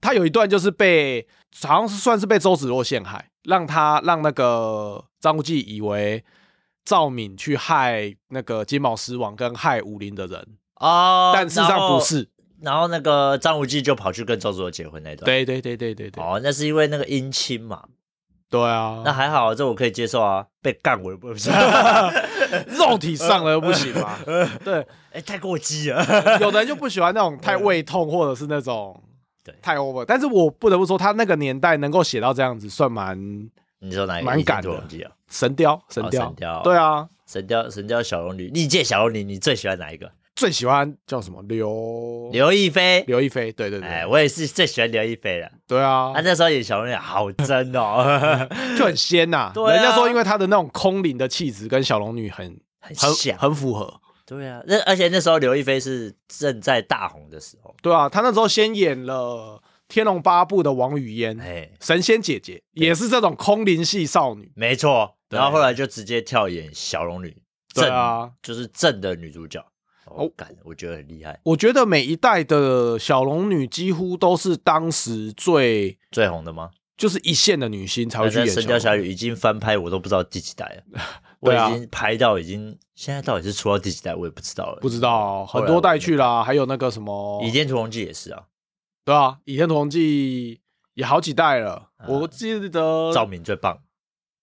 Speaker 2: 他有一段就是被，好像是算是被周芷若陷害，让他让那个张无忌以为赵敏去害那个金毛狮王跟害武林的人，
Speaker 1: 哦，
Speaker 2: 但事实上不是。
Speaker 1: 然后。然后那个张无忌就跑去跟周芷若结婚那段。。
Speaker 2: 对对对对对对，
Speaker 1: 哦，那是因为那个姻亲嘛，
Speaker 2: 对啊，
Speaker 1: <laughs> 那还好，这我可以接受啊。被干我也不
Speaker 2: <laughs>
Speaker 1: 是，
Speaker 2: 肉体上的不行嘛。对，
Speaker 1: 哎，太过激
Speaker 2: <laughs>
Speaker 1: 了。
Speaker 2: 有的人就不喜欢那种太胃痛或者是那种
Speaker 1: <laughs> 对
Speaker 2: 太 over，但是我不得不说，他那个年代能够写到这样子，算蛮
Speaker 1: 你说哪一个？
Speaker 2: 蛮
Speaker 1: 倚天
Speaker 2: 敢
Speaker 1: 屠
Speaker 2: 的
Speaker 1: 龙记啊，
Speaker 2: 神雕，神
Speaker 1: 哦
Speaker 2: 雕，
Speaker 1: 神雕
Speaker 2: 对啊，
Speaker 1: 神雕神雕小龙女，历届小龙女，你最喜欢哪一个？
Speaker 2: 最喜欢叫什么刘
Speaker 1: 刘亦菲。
Speaker 2: 哦刘亦菲，对对对，
Speaker 1: 哎，我也是最喜欢刘亦菲了。
Speaker 2: 对啊，
Speaker 1: 她那时候演小龙女好真
Speaker 2: <laughs>
Speaker 1: 哦，
Speaker 2: 就很仙呐、
Speaker 1: <laughs> 对啊
Speaker 2: 人家说因为她的那种空灵的气质跟小龙女很
Speaker 1: 很
Speaker 2: 很
Speaker 1: 像。
Speaker 2: 很符合。
Speaker 1: 对啊，那而且那时候刘亦菲是正在大红的时候。
Speaker 2: 对啊，她那时候先演了《天龙八部》的王语嫣，
Speaker 1: 哎，
Speaker 2: 神仙姐姐也是这种空灵系少女。
Speaker 1: 没错。
Speaker 2: 对
Speaker 1: 然后后来就直接跳演小龙女，
Speaker 2: 对
Speaker 1: 正
Speaker 2: 啊，
Speaker 1: 就是正的女主角。我
Speaker 2: 哦
Speaker 1: 感我觉得很厉害，
Speaker 2: 我觉得每一代的小龙女几乎都是当时最
Speaker 1: 最红的吗？
Speaker 2: 就是一线的女星才会去
Speaker 1: 但
Speaker 2: 演
Speaker 1: 是神雕侠
Speaker 2: 小龙女。
Speaker 1: 侣》已经翻拍，我都不知道第几代
Speaker 2: <laughs>
Speaker 1: 了。我
Speaker 2: 对啊
Speaker 1: 已经拍到已经，现在到底是出到第几代，我也不知道了。
Speaker 2: 不知道，啊
Speaker 1: 后
Speaker 2: 很
Speaker 1: 来
Speaker 2: 多
Speaker 1: 我
Speaker 2: 代
Speaker 1: 没
Speaker 2: 去啦，还有那个什么
Speaker 1: 《倚，天屠龙记》也是啊，
Speaker 2: 对啊，《倚天屠龙记》也好几代了。
Speaker 1: 啊
Speaker 2: 我记得
Speaker 1: 赵敏最棒。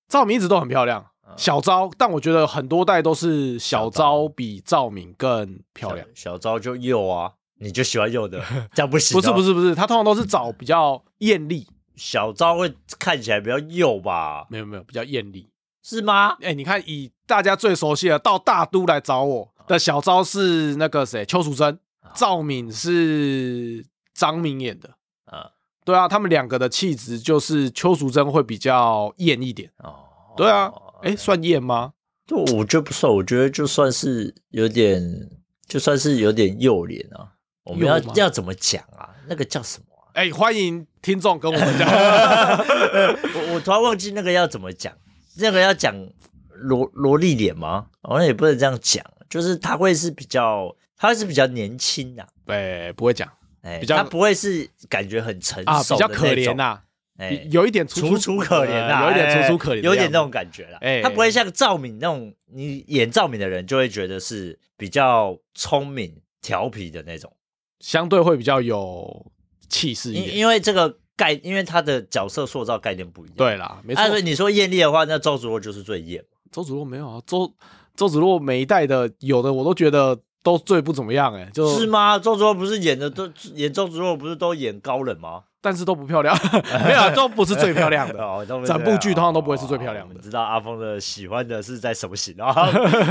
Speaker 2: 赵敏一直都很漂亮
Speaker 1: 嗯，
Speaker 2: 小昭，但我觉得很多代都是小
Speaker 1: 小
Speaker 2: 昭比赵敏更漂亮。
Speaker 1: 小，小昭就幼啊，你就喜欢幼
Speaker 2: <laughs>
Speaker 1: 的，这样不行、哦
Speaker 2: 不是不，是不是，她通常都是找比较艳丽，
Speaker 1: 小昭会看起来比较幼吧？
Speaker 2: 没有没有，比较艳丽。
Speaker 1: 是吗？
Speaker 2: 哎，你看以大家最熟悉的到大都来找我的小昭是那个谁，邱淑贞，赵敏是张敏演的。
Speaker 1: 啊、
Speaker 2: 对啊，他们两个的气质就是邱淑贞会比较艳一点。
Speaker 1: 哦，
Speaker 2: 对啊，哎，算艳吗？
Speaker 1: 就我觉得不算，我觉得就算是有点，就算是有点幼脸啊。我们要
Speaker 2: 幼吗
Speaker 1: 要怎么讲啊？那个叫什么啊、
Speaker 2: 哎，欢迎听众跟我们讲。 <laughs>
Speaker 1: 啊我我突然忘记那个要怎么讲，那个要讲萝萝莉脸吗？好像也不能这样讲，就是他会是比较，他会是比较年轻的、啊，
Speaker 2: 哎，不会讲
Speaker 1: 哎、
Speaker 2: 比较
Speaker 1: 他不会是感觉很成熟、
Speaker 2: 啊，比较可怜呐、
Speaker 1: 呐、
Speaker 2: 啊。
Speaker 1: 哎、
Speaker 2: 比有一点楚
Speaker 1: 楚楚可怜呐、
Speaker 2: 呃有一点楚楚
Speaker 1: 哎
Speaker 2: 可怜的样子，
Speaker 1: 有点那种感觉啦。
Speaker 2: 哎
Speaker 1: 他不会像赵敏那种，你演赵敏的人就会觉得是比较聪明、调皮的那种，
Speaker 2: 相对会比较有气势一
Speaker 1: 因
Speaker 2: 点。
Speaker 1: 因为这个概，因为他的角色塑造概念不一样。
Speaker 2: 对啦，没错
Speaker 1: 啊，。所以你说艳丽的话，那赵子若就是最艳。
Speaker 2: 周芷若没有啊，周周芷若每一代的有的我都觉得都最不怎么样哎、就是
Speaker 1: 吗？周芷若不是演的都演周芷若不是都演高冷吗？
Speaker 2: 但是都不漂亮， <laughs> 没有啊都不是最漂亮的。
Speaker 1: 哦，都不是
Speaker 2: 整部
Speaker 1: 这
Speaker 2: 剧
Speaker 1: 样
Speaker 2: 通常都不会是最漂亮
Speaker 1: 哦我
Speaker 2: 的
Speaker 1: 们知道阿峰的喜欢的是在什么型
Speaker 2: <laughs>
Speaker 1: 啊？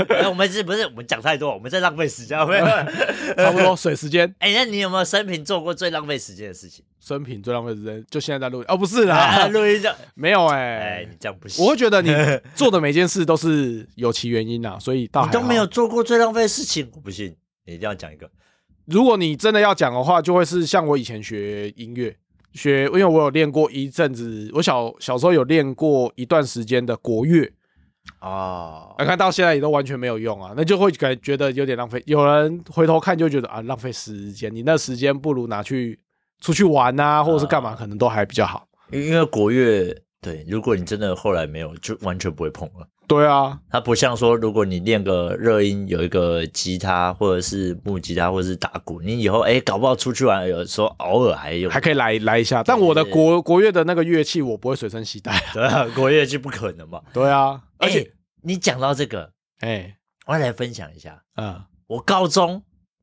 Speaker 1: 哎我们是不是我们讲太多，我们在浪费时间？没有。
Speaker 2: <laughs> 差不多水时间，
Speaker 1: 哎，那你有没有生平做过最浪费时间的事情？
Speaker 2: 生平最浪费时间就现在在录哦，不是 <laughs>
Speaker 1: 啊，
Speaker 2: 啦，
Speaker 1: 录音这样，
Speaker 2: 没有
Speaker 1: 哎
Speaker 2: 哎、，
Speaker 1: 你这样不行。
Speaker 2: 我会觉得你做的每件事都是有其原因啊啦，所以倒
Speaker 1: 你
Speaker 2: 还
Speaker 1: 都没
Speaker 2: 好
Speaker 1: 有做过最浪费的事情，我不信，你一定要讲一个。
Speaker 2: 如果你真的要讲的话，就会是像我以前学音乐，学因为我有练过一阵子，我小小时候有练过一段时间的国乐，
Speaker 1: 哦
Speaker 2: 啊，看到现在也都完全没有用啊，那就会感觉得有点浪费。有人回头看就觉得啊，浪费时间，你那时间不如拿去出去玩啊，或者是干嘛，可能都还比较好。
Speaker 1: 因因为国乐对，如果你真的后来没有，就完全不会碰了。
Speaker 2: 对啊，
Speaker 1: 它不像说，如果你练个热音，有一个吉他或者是木吉他或者是打鼓，你以后哎、搞不好出去玩，有时候偶尔还有 <laughs>
Speaker 2: 还可以来来一下。但我的国国乐的那个乐器我不会随身携带。 <laughs>
Speaker 1: 对啊，国乐就不可能嘛。
Speaker 2: 对啊，而
Speaker 1: 哎
Speaker 2: 且
Speaker 1: 你讲到这个，
Speaker 2: 哎
Speaker 1: 我要来分享一下，
Speaker 2: 嗯，
Speaker 1: 我高中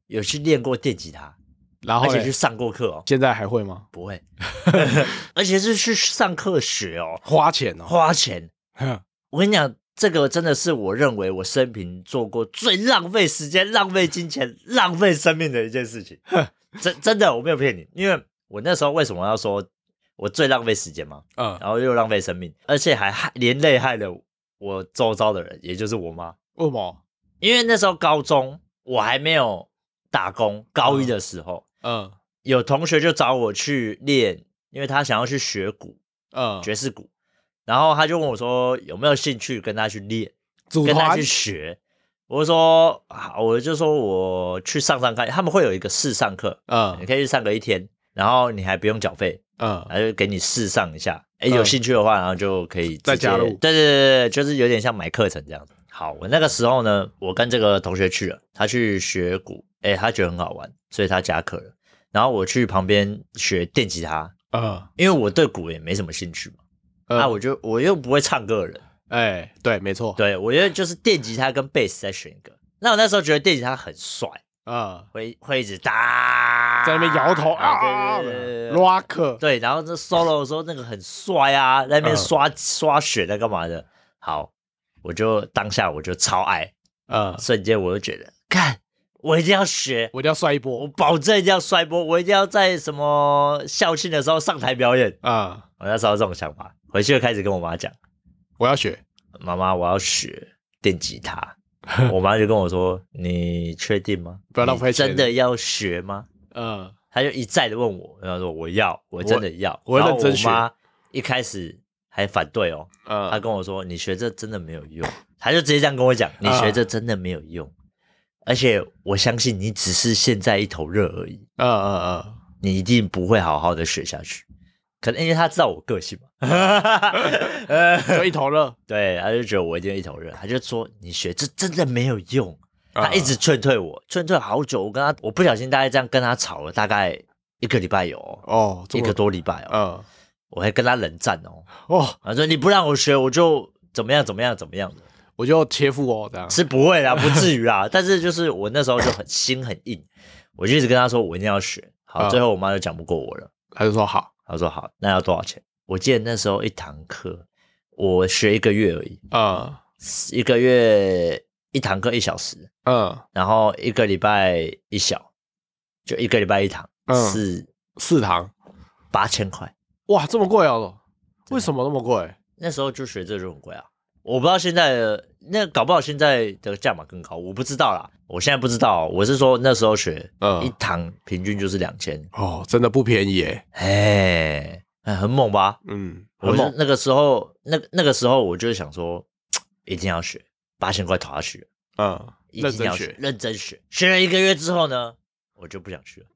Speaker 1: 有去练过电吉他，
Speaker 2: 然后
Speaker 1: 而且
Speaker 2: 嘞
Speaker 1: 去上过课哦，
Speaker 2: 现在还会吗？
Speaker 1: 不会， <laughs> 而且是去上课学哦，
Speaker 2: 花钱 <laughs> 哦，
Speaker 1: 花钱。
Speaker 2: 哼
Speaker 1: 我跟你讲，这个真的是我认为我生平做过最浪费时间、浪费金钱、浪费生命的一件事情。真真的，我没有骗你，因为我那时候为什么要说我最浪费时间嘛，
Speaker 2: 嗯，
Speaker 1: 然后又浪费生命，而且还害连累害了我周遭的人，也就是我妈。
Speaker 2: 为什么？
Speaker 1: 因为那时候高中我还没有打工，高一的时候、
Speaker 2: 嗯
Speaker 1: 有同学就找我去练，因为他想要去学鼓，
Speaker 2: 嗯，
Speaker 1: 爵士鼓，然后他就问我说有没有兴趣跟他去练。
Speaker 2: 组
Speaker 1: 跟他
Speaker 2: 团
Speaker 1: 去学。我就说啊，我就说我去上上看，他们会有一个试上课，你
Speaker 2: 嗯
Speaker 1: 可以去上个一天，然后你还不用缴费，
Speaker 2: 嗯
Speaker 1: 然后就给你试上一下。哎，
Speaker 2: 嗯
Speaker 1: 有兴趣的话，然后就可以直接
Speaker 2: 再加入
Speaker 1: 对对对对，就是有点像买课程这样子。好，我那个时候呢，我跟这个同学去了，他去学鼓，哎，他觉得很好玩，所以他加课了。然后我去旁边学电吉他，
Speaker 2: 嗯，
Speaker 1: 因为我对鼓也没什么兴趣嘛。
Speaker 2: 嗯
Speaker 1: 啊啊，我就我又不会唱歌的人，
Speaker 2: 哎，对，没错，
Speaker 1: 对，我觉得就是电吉他跟贝斯再选一个。那我那时候觉得电吉他很帅，
Speaker 2: 嗯，
Speaker 1: 会会一直哒，
Speaker 2: 在那边摇头啊
Speaker 1: 啊，对对对对对
Speaker 2: ，rock，
Speaker 1: 对，然后这 solo 的时候那个很帅啊，在那边
Speaker 2: 嗯
Speaker 1: 刷、刷血在干嘛的。好，我就当下我就超爱，
Speaker 2: 嗯，
Speaker 1: 瞬间我就觉得，看我一定要学，
Speaker 2: 我一定要摔一
Speaker 1: 我
Speaker 2: 波，
Speaker 1: 保证一定要摔波，我一定要在什么校庆的时候上台表演。
Speaker 2: 嗯，
Speaker 1: 我那时候这种想法，回去就开始跟我妈讲。
Speaker 2: 我要学，
Speaker 1: 妈妈，我要学电吉
Speaker 2: <laughs>
Speaker 1: 他。我妈就跟我说：“你确定吗？
Speaker 2: 不要浪费
Speaker 1: 你
Speaker 2: 钱
Speaker 1: 真的要学吗
Speaker 2: 嗯？”
Speaker 1: 她就一再的问我，然后说：“我要，我真的要。
Speaker 2: 我
Speaker 1: 然后
Speaker 2: 认真学
Speaker 1: 我妈一开始还反对哦，她
Speaker 2: 嗯，
Speaker 1: 跟我说：“你学这真的没有用。”她就直接这样跟我讲：“你
Speaker 2: 啊
Speaker 1: 学这真的没有用，而且我相信你只是现在一头热而已，
Speaker 2: 嗯嗯嗯，
Speaker 1: 你一定不会好好的学下去。”可能因为她知道我个性嘛， <laughs> 呃
Speaker 2: 就一头热，
Speaker 1: 对，他就觉得我一定一头热，他就说你学这真的没有用，<laughs>
Speaker 2: 啊
Speaker 1: 他一直劝退我，劝退好久，我跟他我不小心大概这样跟他吵了大概一个礼拜有、哦，
Speaker 2: 哦，这
Speaker 1: 一
Speaker 2: 么
Speaker 1: 个，多礼拜哦，
Speaker 2: 嗯，
Speaker 1: 我还跟他冷战哦，
Speaker 2: 哦，
Speaker 1: 他说你不让我学我就怎么样怎么样怎么样的，
Speaker 2: 我就切腹哦，这样，
Speaker 1: 是不会
Speaker 2: <laughs>
Speaker 1: 啦，不至于啦，但是就是我那时候就很心很硬，我就一直跟他说我一定要学，好，
Speaker 2: 啊
Speaker 1: 最后我妈就讲不过我了。
Speaker 2: 他就说好，
Speaker 1: 他说好，那要多少钱？我记得那时候一堂课，我学一个月而已，
Speaker 2: 嗯
Speaker 1: 一个月一堂课一小时，
Speaker 2: 嗯，
Speaker 1: 然后一个礼拜一小，就一个礼拜一堂，
Speaker 2: 嗯
Speaker 1: 是
Speaker 2: 四堂，
Speaker 1: 八千块。
Speaker 2: 哇，这么贵哦，为什么那么贵？
Speaker 1: 那时候就学这就很贵啊，我不知道现在的那搞不好现在的价码更高，我不知道啦，我现在不知道，我是说那时候学、
Speaker 2: 嗯
Speaker 1: 一堂平均就是两千，
Speaker 2: 哦，真的不便宜耶，
Speaker 1: 哎，哎很猛吧？
Speaker 2: 嗯，
Speaker 1: 我
Speaker 2: 很
Speaker 1: 是
Speaker 2: 猛，
Speaker 1: 那个时候，那那个时候我就想说，一定要学，八千块投下去，
Speaker 2: 嗯，
Speaker 1: 一
Speaker 2: 认
Speaker 1: 定
Speaker 2: 真
Speaker 1: 要
Speaker 2: 学，
Speaker 1: 认真学。学了一个月之后呢，我就不想去了。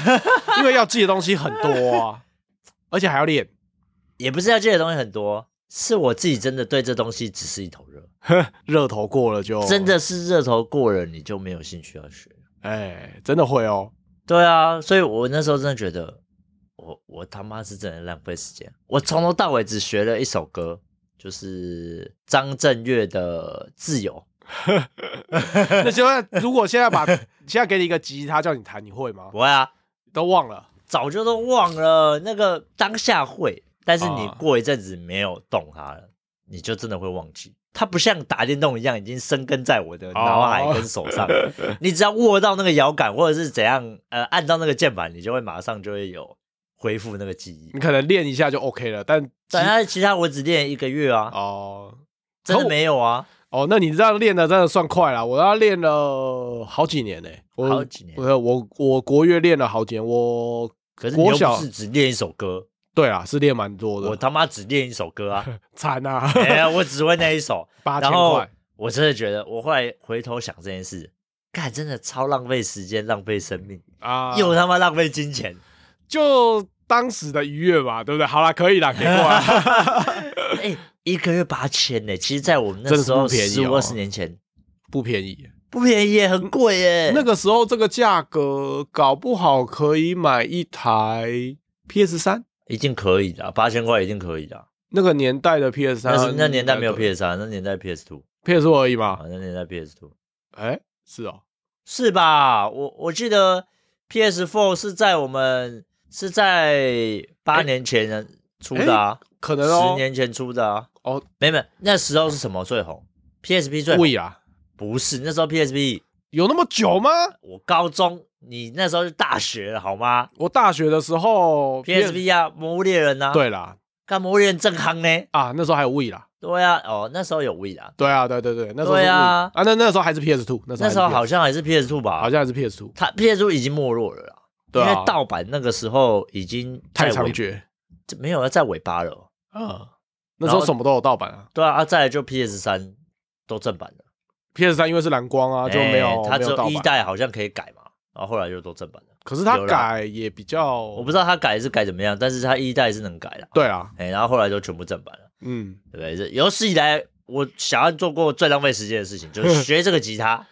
Speaker 2: <laughs> 因为要记的东西很多啊，而且还要练，
Speaker 1: 也不是要借的东西很多，是我自己真的对这东西只是一头热，
Speaker 2: 热头过了就
Speaker 1: 真，的是热头过了，你就没有兴趣要学。
Speaker 2: 哎，真的会 <laughs> 哦，
Speaker 1: 对啊，所以我那时候真的觉得，我我他妈是真的浪费时间。我从头到尾只学了一首歌，就是张震岳的《自由》。
Speaker 2: 那现在如果现在把现在给你一个吉他叫你弹，你会吗
Speaker 1: 不？会啊，
Speaker 2: 都忘了，
Speaker 1: 早就都忘了那个当下会，但是你
Speaker 2: 啊
Speaker 1: 过一阵子没有动它了，你就真的会忘记。它不像打电动一样，已经生根在我
Speaker 2: 哦
Speaker 1: 的脑海跟手上。
Speaker 2: <laughs>
Speaker 1: 你只要握到那个摇杆，或者是怎样，呃，按到那个键盘，你就会马上就会有恢复那个记忆
Speaker 2: 你。可能练一下就 OK 了，但吉
Speaker 1: 但它其他我只练一个月啊，
Speaker 2: 哦
Speaker 1: 真的
Speaker 2: 可我
Speaker 1: 没有啊。
Speaker 2: 哦，那你这样练的真的算快了，我要练了好几年呢、我
Speaker 1: 好几年
Speaker 2: 我我我国乐练了好几年，我
Speaker 1: 可是你
Speaker 2: 国
Speaker 1: 又
Speaker 2: 小
Speaker 1: 不是只练一首歌，
Speaker 2: 对啊，是练蛮多
Speaker 1: 我
Speaker 2: 的，
Speaker 1: 他妈只练一首歌啊，
Speaker 2: <laughs> 惨啊，
Speaker 1: <laughs> 哎呀，我只会那一首。
Speaker 2: <laughs> 八千
Speaker 1: 然后
Speaker 2: 块，
Speaker 1: 我真的觉得，我后来回头想这件事，干真的超浪费时间，浪费生命，
Speaker 2: 啊，
Speaker 1: 又他妈浪费金钱。
Speaker 2: 就当时的愉悦嘛，对不对？好啦，可以啦，给过啊来，
Speaker 1: 哎、一个月八千呢，其实，在我们那
Speaker 2: 真的是
Speaker 1: 时候
Speaker 2: 不便宜
Speaker 1: 十
Speaker 2: 哦
Speaker 1: 五二十年前
Speaker 2: 不便宜。
Speaker 1: 不便宜耶，很贵耶。
Speaker 2: 那个时候这个价格，搞不好可以买一台 PS 三。
Speaker 1: 一定可以的啊，八千块一定可以的啊。
Speaker 2: 那个年代的 PS 三
Speaker 1: 但，是那年代没有 PS 三，那年代 PS Two
Speaker 2: PS 而已
Speaker 1: 啊
Speaker 2: 嘛。，
Speaker 1: 那年代 PS Two 嗯
Speaker 2: 哎、是哦，
Speaker 1: 是吧？我我记得 PS Four 是在我们是在八年前出的啊，
Speaker 2: 可能
Speaker 1: 十
Speaker 2: 哦，
Speaker 1: 年前出的啊。
Speaker 2: 哦，
Speaker 1: 没没，那时候是什么最红？PSP 最红
Speaker 2: 贵啊，
Speaker 1: 不是，那时候 PSP
Speaker 2: 有那么久吗？
Speaker 1: 我高中，你那时候是大学了好吗
Speaker 2: 我大学的时候
Speaker 1: ？PSP 啊，魔物猎人啊，，
Speaker 2: 对啦，
Speaker 1: 干魔物猎人正夯呢？
Speaker 2: 啊，那时候还有 We 啦，
Speaker 1: 对啊，哦，那时候有 V 啊，
Speaker 2: 对啊，对对对，那时候是 Wii
Speaker 1: 对啊
Speaker 2: 啊，那那时候还是 PS Two，那时候
Speaker 1: 那时候好
Speaker 2: 像
Speaker 1: 像还是 PS Two 吧，
Speaker 2: 好像还是 PS Two，
Speaker 1: 它 PS Two 已经没落了啦，
Speaker 2: 对啊
Speaker 1: 因为盗版那个时候已经在
Speaker 2: 太
Speaker 1: 尾
Speaker 2: 猖獗，
Speaker 1: 这没有要在尾巴了。
Speaker 2: 嗯，那时候什么都有盗版啊
Speaker 1: 对啊，啊再来就 PS 三都正版了，
Speaker 2: ，PS 三因为是蓝光啊，就没有
Speaker 1: 哎它
Speaker 2: 没
Speaker 1: 只
Speaker 2: 有盗
Speaker 1: 有一
Speaker 2: 版，
Speaker 1: 代好像可以改嘛，然后后来就都正版了。
Speaker 2: 可是它
Speaker 1: 有啦
Speaker 2: 改也比较，
Speaker 1: 我不知道它改是改怎么样，但是它一代是能改的。
Speaker 2: 对啊，
Speaker 1: 哎，然后后来就全部正版了，
Speaker 2: 嗯，
Speaker 1: 对不对？这有史以来我想要做过最浪费时间的事情，就是学这个吉
Speaker 2: <laughs>
Speaker 1: 他。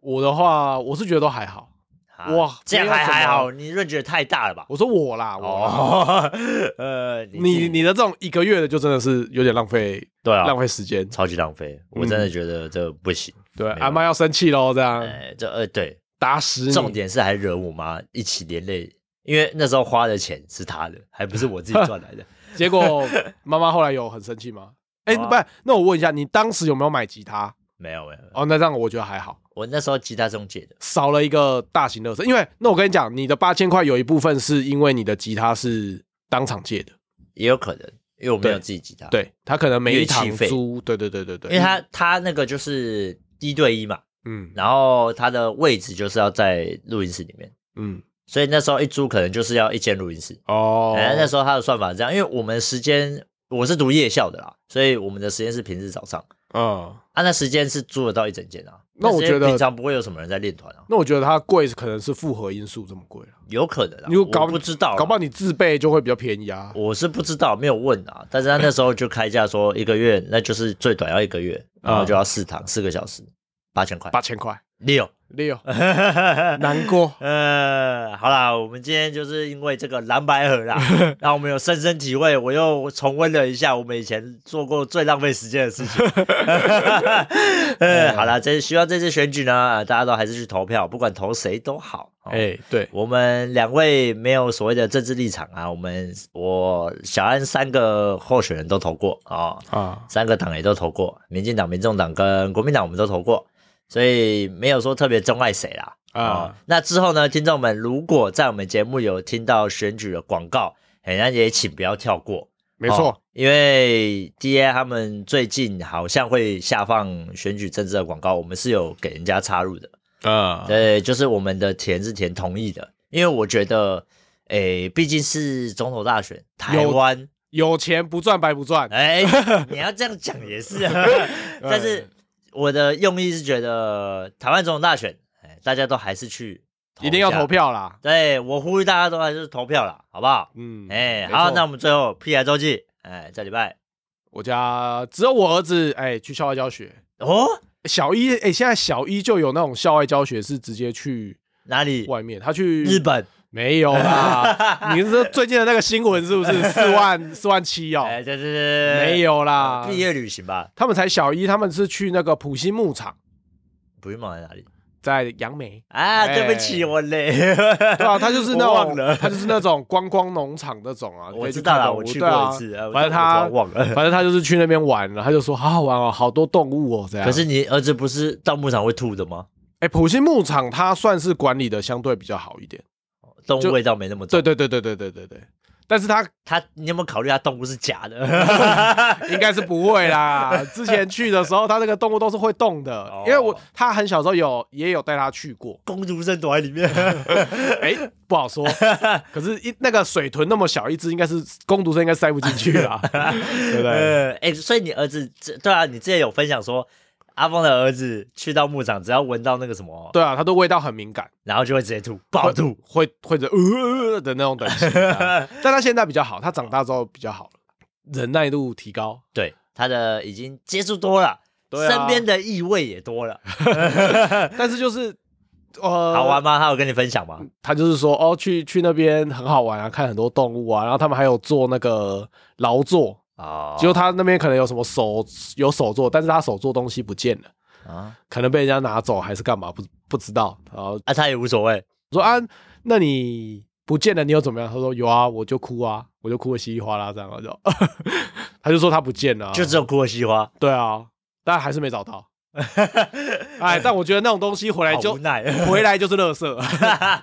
Speaker 2: 我的话我是觉得都还好，
Speaker 1: 啊
Speaker 2: 哇
Speaker 1: 这样
Speaker 2: 没有
Speaker 1: 还
Speaker 2: 什么
Speaker 1: 还好，你润觉得太大了吧？
Speaker 2: 我说我啦，我啦
Speaker 1: 哦， <laughs> 呃，
Speaker 2: 你你的这种一个月的就真的是有点浪费
Speaker 1: 对啊，
Speaker 2: 浪费嗯时间，
Speaker 1: 超级浪费，我真的觉得这不行。
Speaker 2: 对，
Speaker 1: 有
Speaker 2: 阿妈要生气喽，这样
Speaker 1: 哎、这呃对，
Speaker 2: 打死你，
Speaker 1: 重点是还惹我妈一起连累，因为那时候花的钱是她的，还
Speaker 2: <laughs>
Speaker 1: 不是我自己赚来的。
Speaker 2: 结果妈妈后来有很生
Speaker 1: <laughs>
Speaker 2: 气吗？哎、
Speaker 1: 有啊
Speaker 2: 不是，那我问一下，你当时有没有买吉他？
Speaker 1: 没有没有，没有
Speaker 2: 哦，那这样我觉得还好，
Speaker 1: 我那时候吉他中介的，
Speaker 2: 少了一个大型乐色。因为那我跟你讲，你的八千块有一部分是因为你的吉他是当场借的，
Speaker 1: 也有可能，因为我没有
Speaker 2: 对
Speaker 1: 自己吉他，，
Speaker 2: 对他可能每一堂
Speaker 1: 乐器费
Speaker 2: 租，对对对对对，
Speaker 1: 因为他他那个就是一对一嘛，
Speaker 2: 嗯
Speaker 1: 然后他的位置就是要在录音室里面，
Speaker 2: 嗯
Speaker 1: 所以那时候一租可能就是要一间录音室。
Speaker 2: 哦，
Speaker 1: 哎、那时候他的算法是这样，因为我们时间我是读夜校的啦，所以我们的时间是平日早上。
Speaker 2: 嗯，
Speaker 1: 啊，那时间是租得到一整间啊。
Speaker 2: 那我
Speaker 1: 时间
Speaker 2: 觉得
Speaker 1: 平常不会有什么人在练团啊，
Speaker 2: 那我觉得它贵可能是复合因素这么贵了，
Speaker 1: 有可能啊。
Speaker 2: 你如果搞
Speaker 1: 我不知道啊，
Speaker 2: 搞不好你自备就会比较便宜啊。
Speaker 1: 我是不知道，没有问啊。但是他那时候就开价说一个月，那就是最短要一个月，然后就要四堂四个小时，八千块，
Speaker 2: 啊八千块
Speaker 1: <laughs> 六。
Speaker 2: 六，难过。
Speaker 1: 呃，好啦，我们今天就是因为这个蓝白盒
Speaker 2: <laughs>
Speaker 1: 啦，让我们有深深体会。我又重温了一下我们以前做过最浪费时间的事
Speaker 2: <laughs>
Speaker 1: 情。 <laughs> 呃，好啦，这希望这次选举呢，呃大家都还是去投票，不管投谁都好。哦
Speaker 2: 哎，对，
Speaker 1: 我们两位没有所谓的政治立场啊，我们我小安三个候选人都投过啊、哦
Speaker 2: 啊，
Speaker 1: 三个党也都投过，民进党、民众党跟国民党我们都投过，所以没有说特别钟爱谁啦。啊、
Speaker 2: 啊
Speaker 1: 那之后呢，听众们如果在我们节目有听到选举的广告，哎，那也请不要跳过，
Speaker 2: 没错
Speaker 1: 哦，因为 D A 他们最近好像会下放选举政治的广告，我们是有给人家插入的。
Speaker 2: 啊，
Speaker 1: 对，就是我们的填是填同意的，因为我觉得，诶，毕竟是总统大选，台
Speaker 2: 有
Speaker 1: 湾，
Speaker 2: 有钱不赚白不赚， <laughs>
Speaker 1: 哎，你要这样讲也是 <laughs> 啊，但是我的用意是觉得台湾总统大选，哎，大家都还是去
Speaker 2: 一定要
Speaker 1: 下
Speaker 2: 投。票啦。
Speaker 1: 对我呼吁大家都还是投票啦，好不好？
Speaker 2: 嗯，
Speaker 1: 哎，
Speaker 2: 没
Speaker 1: 好，
Speaker 2: 错
Speaker 1: 那我们最后 P I 周记，哎，这礼拜
Speaker 2: 我家只有我儿子哎去校外教学，
Speaker 1: 哦，
Speaker 2: 小一哎现在小一就有那种校外教学是直接去
Speaker 1: 哪里？
Speaker 2: 外面，他去
Speaker 1: 日本，
Speaker 2: 没有
Speaker 1: <laughs>
Speaker 2: 啦？你是说最近的那个新闻是不是四万四万七哦？
Speaker 1: 哎，呃对对对，哦
Speaker 2: 没有啊啦，
Speaker 1: 毕业旅行吧？
Speaker 2: 他们才小一，他们是去那个普星牧场，
Speaker 1: 不是忙在哪里？
Speaker 2: 在
Speaker 1: <laughs>
Speaker 2: 杨梅。
Speaker 1: 啊，对不起，我累。对
Speaker 2: 对啊，他就是那
Speaker 1: 我忘
Speaker 2: 种
Speaker 1: 了，
Speaker 2: 他就是那种观光农场那种啊。你可
Speaker 1: 我
Speaker 2: 以去
Speaker 1: 知道
Speaker 2: 看
Speaker 1: 了，
Speaker 2: 动
Speaker 1: 我
Speaker 2: 物
Speaker 1: 去
Speaker 2: 对
Speaker 1: 过
Speaker 2: 啊
Speaker 1: 一次，呃
Speaker 2: 反正
Speaker 1: 我
Speaker 2: 他
Speaker 1: 突然忘了。
Speaker 2: 反正他就是去那边玩了，他就说好好玩哦，好多动物哦，这样。
Speaker 1: 可是你儿子不是到牧场会吐的吗？
Speaker 2: 哎，普星牧场它算是管理的相对比较好一点。
Speaker 1: 动
Speaker 2: 就
Speaker 1: 物味道没那么重
Speaker 2: 对。对对对对对对对。但是他
Speaker 1: 他，你有没有考虑他动物是假 <laughs> 的？
Speaker 2: 应该是不
Speaker 1: <laughs>
Speaker 2: 会啦。之前去的时候，他那个动物都是会动的
Speaker 1: 哦，。
Speaker 2: 因为我他很小时候有也有带他去过
Speaker 1: <laughs> 公主正躲在里 <laughs> 面，
Speaker 2: 哎、不好说。可是一，那个水豚那么小一只，应该是攻读生应该塞不进去
Speaker 1: <laughs>
Speaker 2: 啦，对不对？
Speaker 1: 呃，哎、所以你儿子，这对啊，你之前有分享说，阿峰的儿子去到牧场，只要闻到那个什么，
Speaker 2: 对啊，它对味道很敏感，
Speaker 1: 然后就会直接吐，暴吐。
Speaker 2: 会会的呃的那种等级、
Speaker 1: <laughs>
Speaker 2: 啊但它现在比较好，它长大之后比较好了，忍耐度
Speaker 1: <laughs>
Speaker 2: 提高。
Speaker 1: 对，他的已经接触多了，
Speaker 2: 对啊
Speaker 1: 身边的异味也多了。
Speaker 2: 但是就是呃，
Speaker 1: 好啊玩吗？他有跟你分享吗？
Speaker 2: 他就是说哦，去去那边很好玩啊，看很多动物啊，然后他们还有做那个劳作，
Speaker 1: 哦，
Speaker 2: 就他那边可能有什么手有手做，但是他手做东西不见了，
Speaker 1: 啊
Speaker 2: 可能被人家拿走还是干嘛，不不知道。然后
Speaker 1: 啊，他也无所谓。
Speaker 2: 我说啊，那你不见了，你有怎么样？他说有啊，我就哭啊，我就哭的稀里哗啦这样，我就 <laughs> 他就说他不见了啊、
Speaker 1: 就只有哭了西花，
Speaker 2: 对啊，但还是没
Speaker 1: <laughs>
Speaker 2: 找到。哎，但我觉得那种东西回来
Speaker 1: 好
Speaker 2: 就
Speaker 1: 无奈。
Speaker 2: 回来就是垃圾。
Speaker 1: <laughs> 哎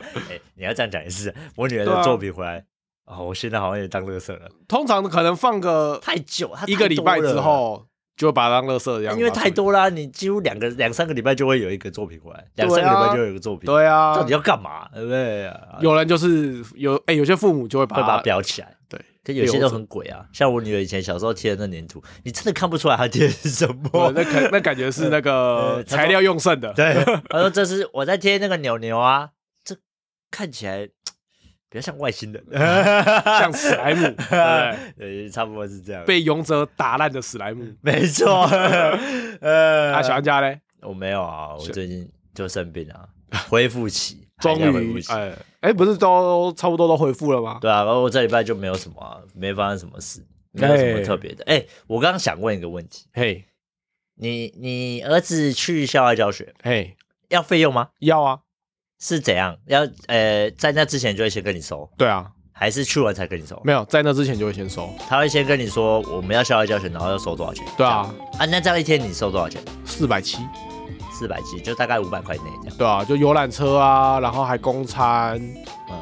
Speaker 1: 你要这样讲也是，我女儿
Speaker 2: 对
Speaker 1: 的
Speaker 2: 啊
Speaker 1: 作品回来，哦，我现在好像也当乐色了，
Speaker 2: 通常可能放个
Speaker 1: 太久，她
Speaker 2: 一个
Speaker 1: 太
Speaker 2: 礼
Speaker 1: 多
Speaker 2: 拜之
Speaker 1: 了，
Speaker 2: 后就把它当垃圾的样子，
Speaker 1: 因为太。多啦，你几乎两个两三个礼拜就会有一个作品回来，
Speaker 2: 对啊
Speaker 1: 两三个礼拜就会有一个作品，
Speaker 2: 对啊
Speaker 1: 到，底要干嘛？对不对？会
Speaker 2: 有人就是有哎、有些父母就会把
Speaker 1: 把它
Speaker 2: 它
Speaker 1: 裱起来。
Speaker 2: 对，
Speaker 1: 可有些都
Speaker 2: 留
Speaker 1: 很鬼啊，像我女儿以前小时候贴的那粘土，你真的看不出来她贴的是什
Speaker 2: <laughs> 着
Speaker 1: 么。
Speaker 2: 哦对那感那感觉是那个
Speaker 1: 呃他说
Speaker 2: 材料用剩的，
Speaker 1: <laughs> 对，她说这是我在贴那个牛牛啊，这看起来比较像外星人，
Speaker 2: 嗯
Speaker 1: <laughs>
Speaker 2: 像史莱姆，对不对？
Speaker 1: 对，差不多是这样。
Speaker 2: 被勇者打烂的史莱姆。
Speaker 1: <laughs> 没
Speaker 2: <laughs>
Speaker 1: 错，嗯呃，哎
Speaker 2: 啊，小安家嘞，
Speaker 1: 我没有啊，我
Speaker 2: 是
Speaker 1: 最近就生病啊， <laughs> 恢复期，
Speaker 2: <laughs> 终
Speaker 1: 还在恢复
Speaker 2: 于
Speaker 1: 期。
Speaker 2: 哎哎，不是都差不多都恢复了吗？
Speaker 1: 对啊，然后我这礼拜就没有什么、啊，没发生什么事，没有什么特别的。哎、我刚刚想问一个问题，
Speaker 2: 嘿
Speaker 1: 你你儿子去校外教学
Speaker 2: 嘿，
Speaker 1: 要费用吗？
Speaker 2: 要啊，
Speaker 1: 是怎样？要呃，在那之前就会先跟你收，
Speaker 2: 对啊，
Speaker 1: 还是去完才跟你收？
Speaker 2: 没有在那之前就会先收，
Speaker 1: 他会先跟你说我们要校外教学，然后要收多少钱？
Speaker 2: 对啊，
Speaker 1: 这样啊，那这样一天你收多少钱？
Speaker 2: 四百七，
Speaker 1: 四百几，就大概五百块内这样。
Speaker 2: 对啊，就游览车啊，然后还公餐，
Speaker 1: 嗯，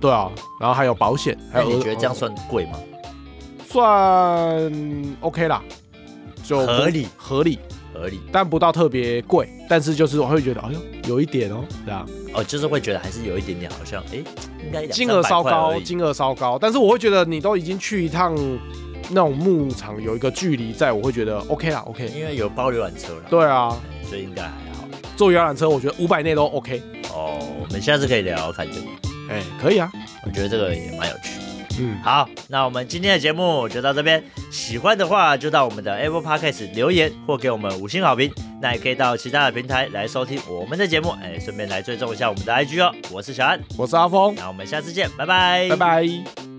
Speaker 2: 对啊，然后还有保险，还
Speaker 1: 那
Speaker 2: 有
Speaker 1: 你
Speaker 2: 额
Speaker 1: 觉得这样算贵吗？
Speaker 2: 算 OK 啦，就不
Speaker 1: 合理
Speaker 2: 合理，
Speaker 1: 合理
Speaker 2: 但不到特别贵，但是就是我会觉得，哎呦，有一点哦，这样
Speaker 1: 哦，就是会觉得还是有一点点好像，哎，应该两
Speaker 2: 金额
Speaker 1: 三百
Speaker 2: 稍
Speaker 1: 块
Speaker 2: 高，
Speaker 1: 而已
Speaker 2: 金额稍高，但是我会觉得你都已经去一趟那种牧场，有一个距离在，我会觉得 OK 啦，OK。
Speaker 1: 因为有包游览车了，
Speaker 2: 对啊，
Speaker 1: 哎，所以应该还好。
Speaker 2: 坐游览车我觉得五百内都 OK，
Speaker 1: 哦，我们下次可以聊聊看这个，
Speaker 2: 哎、可以啊，
Speaker 1: 我觉得这个也蛮有趣的。
Speaker 2: 嗯，
Speaker 1: 好，那我们今天的节目就到这边，喜欢的话就到我们的 Apple Podcast 留言或给我们五星好评，那也可以到其他的平台来收听我们的节目，哎，顺便来追踪一下我们的 IG 哦。我是小安，
Speaker 2: 我是阿峰，
Speaker 1: 那我们下次见，拜拜，
Speaker 2: 拜。拜。